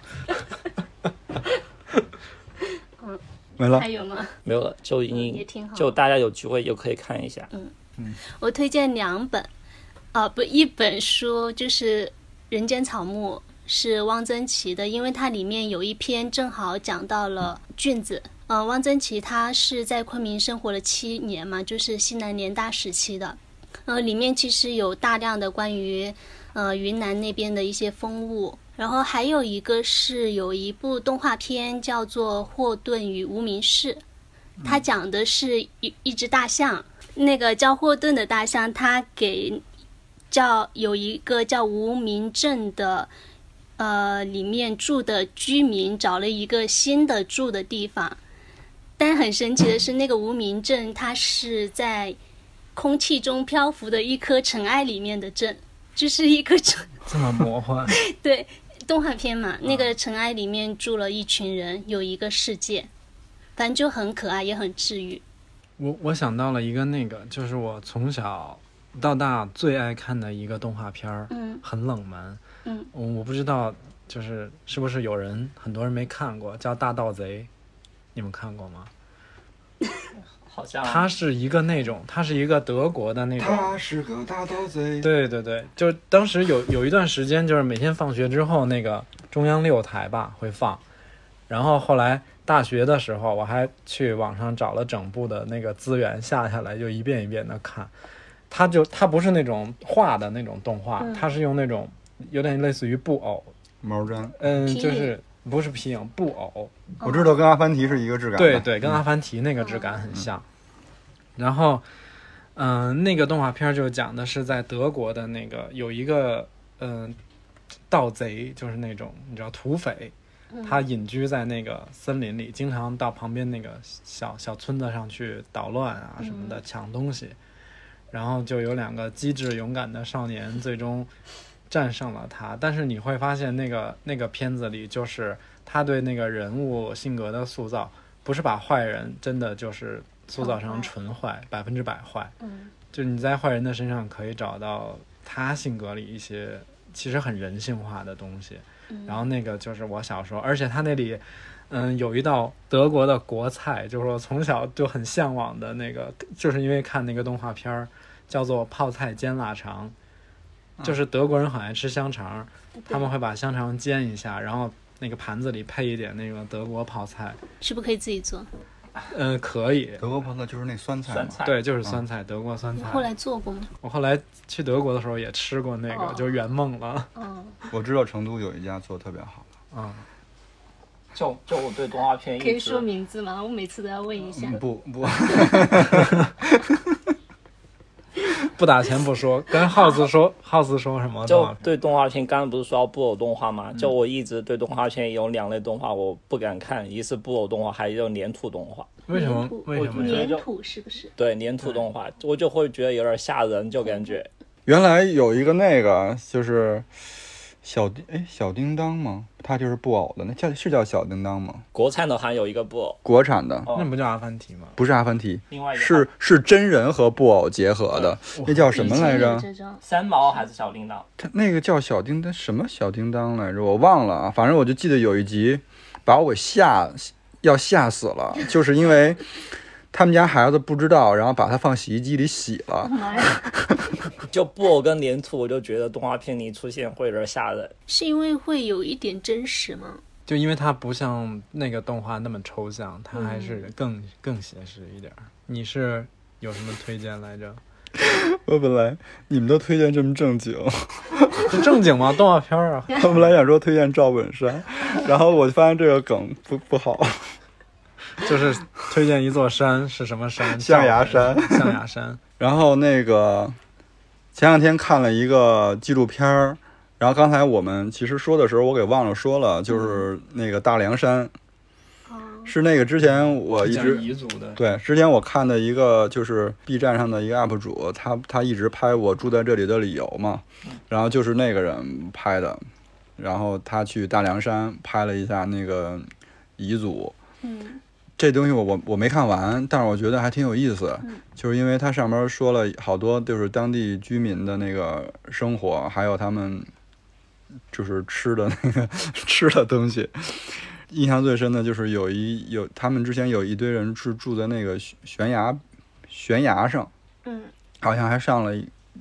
S5: 没了
S2: 还。有吗？
S1: 没有了，就已
S2: 嗯也
S1: 经
S2: 挺好嗯
S1: 就大家有机会就可以看一下。
S2: 我推荐两本，啊，不，一本书就是《人间草木》，是汪曾祺的，因为它里面有一篇正好讲到了菌子。呃，汪曾祺他是在昆明生活了七年嘛，就是西南联大时期的。呃，里面其实有大量的关于呃云南那边的一些风物。然后还有一个是有一部动画片叫做《霍顿与无名氏》，它讲的是一一只大象，那个叫霍顿的大象，它给叫有一个叫无名镇的，呃，里面住的居民找了一个新的住的地方，但很神奇的是，那个无名镇它是在空气中漂浮的一颗尘埃里面的镇，就是一颗尘，
S3: [LAUGHS] 这么魔幻，
S2: 对， [LAUGHS] 动画片嘛，那
S3: 嗯
S2: 个尘埃里面住了一群人，有一个世界，反正就很可爱，也很治愈。
S3: [LAUGHS] 我我想到了一个那个，就是我从小到大最爱看的一个动画片儿，
S2: 嗯
S3: 很冷门，
S2: 嗯
S3: 我我不知道就是是不是有人很多人没看过，叫《大盗贼》，你们看过吗？
S1: 好像
S3: 它是一个那种，它是一个德国的那种，
S5: 他是个大盗贼。
S3: 对对对，就是当时有有一段时间，就是每天放学之后，那个中央六台吧会放，然后后来大学的时候，我还去网上找了整部的那个资源下下来，就一遍一遍的看。它就它不是那种画的那种动画，它是用那种有点类似于布偶，
S5: 毛毡，
S3: 嗯，
S2: 皮
S3: 就
S2: 影
S3: 是不是皮影布偶，
S5: 我知道跟阿凡提是一个质感的。
S3: 对对，跟阿凡提那个质感很像。然后，嗯、那个动画片儿就讲的是在德国的那个有一个嗯、盗贼，就是那种你知道土匪，他隐居在那个森林里，经常到旁边那个小小村子上去捣乱啊什么的，抢东西。然后就有两个机智勇敢的少年最终战胜了他。但是你会发现，那个那个片子里，就是他对那个人物性格的塑造，不是把坏人真的就是塑造成纯坏，百分之百坏。
S2: 嗯，
S3: 就你在坏人的身上可以找到他性格里一些其实很人性化的东西。
S2: 嗯
S3: 然后那个就是我小时候，而且他那里。嗯，有一道德国的国菜，就是我从小就很向往的那个，就是因为看那个动画片儿，叫做泡菜煎腊肠，就是德国人很爱吃香肠，他们会把香肠煎一下，然后那个盘子里配一点那个德国泡菜，
S2: 是不是可以自己做？
S3: 嗯，可以，
S5: 德国泡菜就是那酸菜嘛
S1: 酸。菜，
S3: 对，就是酸菜，德国酸
S2: 你
S3: 菜。
S2: 嗯后来做过吗？
S3: 我后来去德国的时候也吃过那个，就圆梦了， [LAUGHS]
S6: 嗯
S2: 哦，
S5: 我知道成都有一家做的特别
S1: [LAUGHS]
S5: 好，
S3: 嗯，
S1: 就就我对动画片
S6: 可以
S1: 一直
S6: 说名字吗？我每次都要问一下
S5: 嗯。不不， [LAUGHS]
S3: 不打钱不说，跟耗子说，耗子说什么？
S1: 就对动画片，刚刚不是说到布偶动画
S2: 嗯
S1: 吗？就我一直对动画片有两类动画我不敢看，一是布偶动画，还有就是粘土动画。
S3: 为什么
S6: 不？
S3: 为什么
S5: 嗯
S1: 我觉
S3: 呀？
S1: 得
S6: 粘
S1: 就
S6: 土是不是？
S1: 对粘土动
S2: 嗯
S1: 画，我就会觉得有点吓人，就感觉
S5: 原来有一个那个就是小叮哎小叮当吗？他就是布偶的，那叫是叫小叮当吗？
S1: 国产的还有一个布偶，
S5: 国产的，
S1: 哦
S3: 那不叫阿凡提吗？
S5: 不是阿凡提，
S1: 另外一个
S5: 是是真人和布偶结合的，
S1: 嗯
S5: 那叫什么来
S6: 以
S5: 着？
S6: 前有这种
S1: 三毛还是小叮当？
S5: 他那个叫小叮当什么小叮当来着？我忘了啊，反正我就记得有一集把我吓要吓死了，就是因为他们家孩子不知道，然后把它放洗衣机里洗了。
S6: 妈呀，
S1: 就布偶跟粘土，我就觉得动画片里出现会有点吓人。
S2: 是因为会有一点真实吗？
S3: 就因为它不像那个动画那么抽象，它
S5: 嗯
S3: 还是更、更写实一点儿。你是有什么推荐来着？ [LAUGHS]
S5: [LAUGHS] 我本来你们都推荐这么正经，
S3: 这正经吗？动画片儿
S5: [LAUGHS]
S3: 啊，
S5: 我本来想说推荐赵本山，然后我发现这个梗不不好，
S3: 就是推荐一座山是什么山？
S5: [LAUGHS] 象牙山。
S3: 象牙
S5: [LAUGHS]
S3: 山。
S5: 然后那个前两天看了一个纪录片儿，然后刚才我们其实说的时候我给忘了说了，就是那个大凉山，是那个之前我哦一
S3: 讲
S5: 直
S3: 彝族的，
S5: 对之前我看的一个就是 B 站上的一个 UP 主，他他一直拍我住在这里的理由嘛，然后就是那个人拍的，然后他去大凉山拍了一下那个彝族，
S2: 嗯
S5: 这东西我我我没看完，但是我觉得还挺有意思，就是因为它上面说了好多就是当地居民的那个生活，还有他们就是吃的那个 [LAUGHS] 吃的东西。印象最深的就是有一有他们之前有一堆人是住在那个悬悬崖悬崖上，
S2: 嗯，
S5: 好像还上了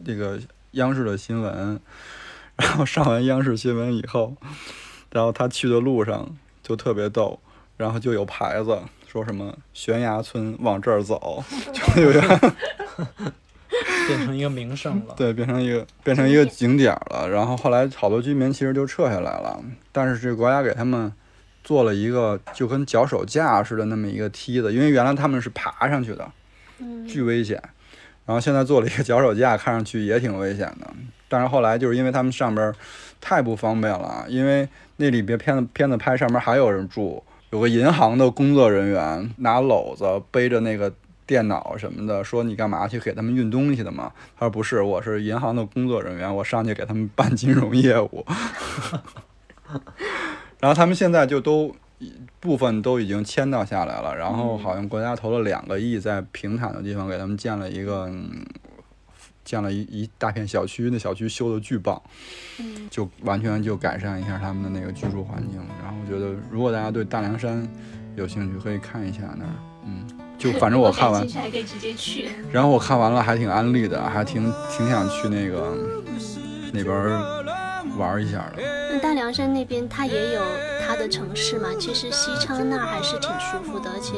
S5: 这个央视的新闻， [LAUGHS] 然后上完央视新闻以后，然后他去的路上就特别逗，然后就有牌子说什么“悬崖村往这儿走”，就有点
S3: 变成一个名胜
S5: [LAUGHS]
S3: 了。
S5: 对，变成一个变成一个景点儿了。然后后来好多居民其实就撤下来了，但是这个国家给他们做了一个就跟脚手架似的那么一个梯子，因为原来他们是爬上去的，巨危险。然后现在做了一个脚手架，看上去也挺危险的。但是后来就是因为他们上边儿太不方便了，因为那里边片子片子拍上面还有人住，有个银行的工作人员拿篓子背着那个电脑什么的，说你干嘛去给他们运东西的嘛？他说不是，我是银行的工作人员，我上去给他们办金融业务。 [LAUGHS] 然后他们现在就都部分都已经签到下来了，然后好像国家投了两个亿，在平坦的地方给他们建了一个。嗯建了一一大片小区，那小区修的巨棒，就完全就改善一下他们的那个居住环境。然后我觉得，如果大家对大凉山有兴趣，可以看一下那儿。嗯，就反正我看完
S2: [LAUGHS]
S6: 进，去还可以直接去。
S5: 然后我看完了还挺安利的，还挺挺想去那个那边玩一下的。
S2: 那大凉山那边它也有它的城市嘛，其实西昌那儿还是挺舒服的，而且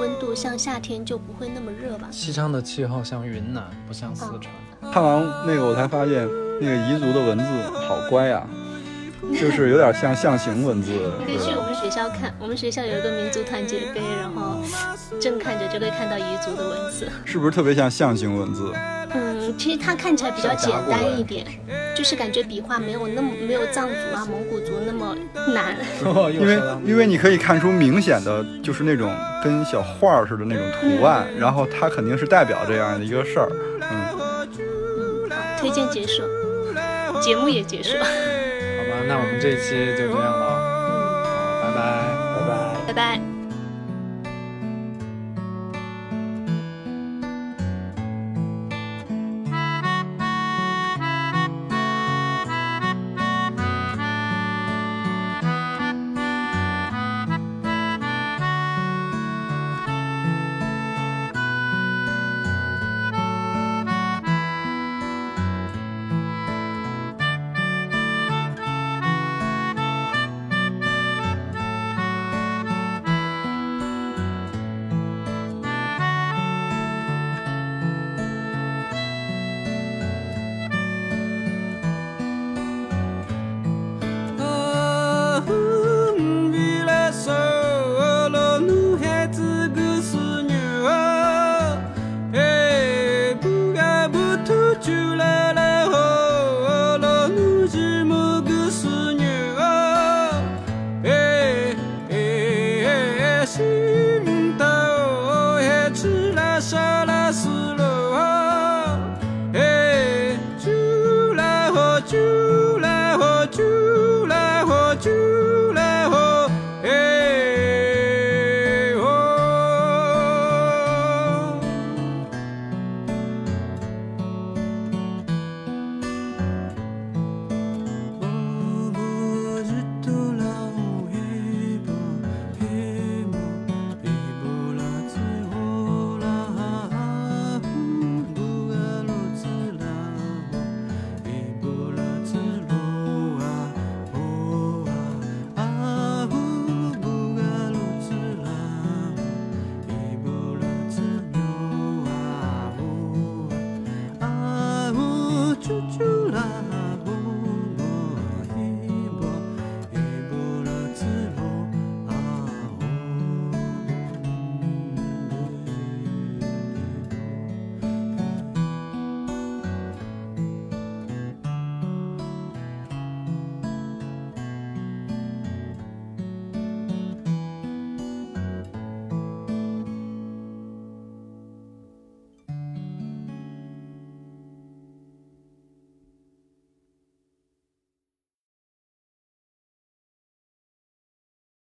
S2: 温度像夏天就不会那么热吧。
S3: 西昌的气候像云南，不像四川。
S5: 看完那个我才发现，那个彝族的文字好乖
S2: [LAUGHS]
S5: 呀、就是有点像象形文字。
S2: 你可以
S5: 对
S2: 去
S5: 吧
S2: 我们学校看，我们学校有一个民族团结碑，然后正看着就会看到彝族的文字。
S5: 是不是特别像象形文字？
S2: 嗯，其实它看起来比较简单一点，就是感觉笔画没有那么没有藏族啊、蒙古族那么难。
S3: 哦 [LAUGHS] 又
S5: 因为
S3: 说到
S5: 因为你可以看出明显的就是那种跟小画儿似的那种图案，然后它肯定是代表这样的一个事儿。嗯，
S2: 嗯，好，推荐结束，节目也结束，
S3: 好吧，那我们这一期就这样了，好，拜拜。
S1: 拜拜。
S2: 拜拜。
S4: Ah, hon ville söla, nu heter gusenjua. Eh, buga butu tjulala, håla, nu jimu gusenjua. Eh, eh, eh, eh, shintao, eh, chula, shala, suloa. Eh, chula, ho, chula, ho, chula, ho, chula.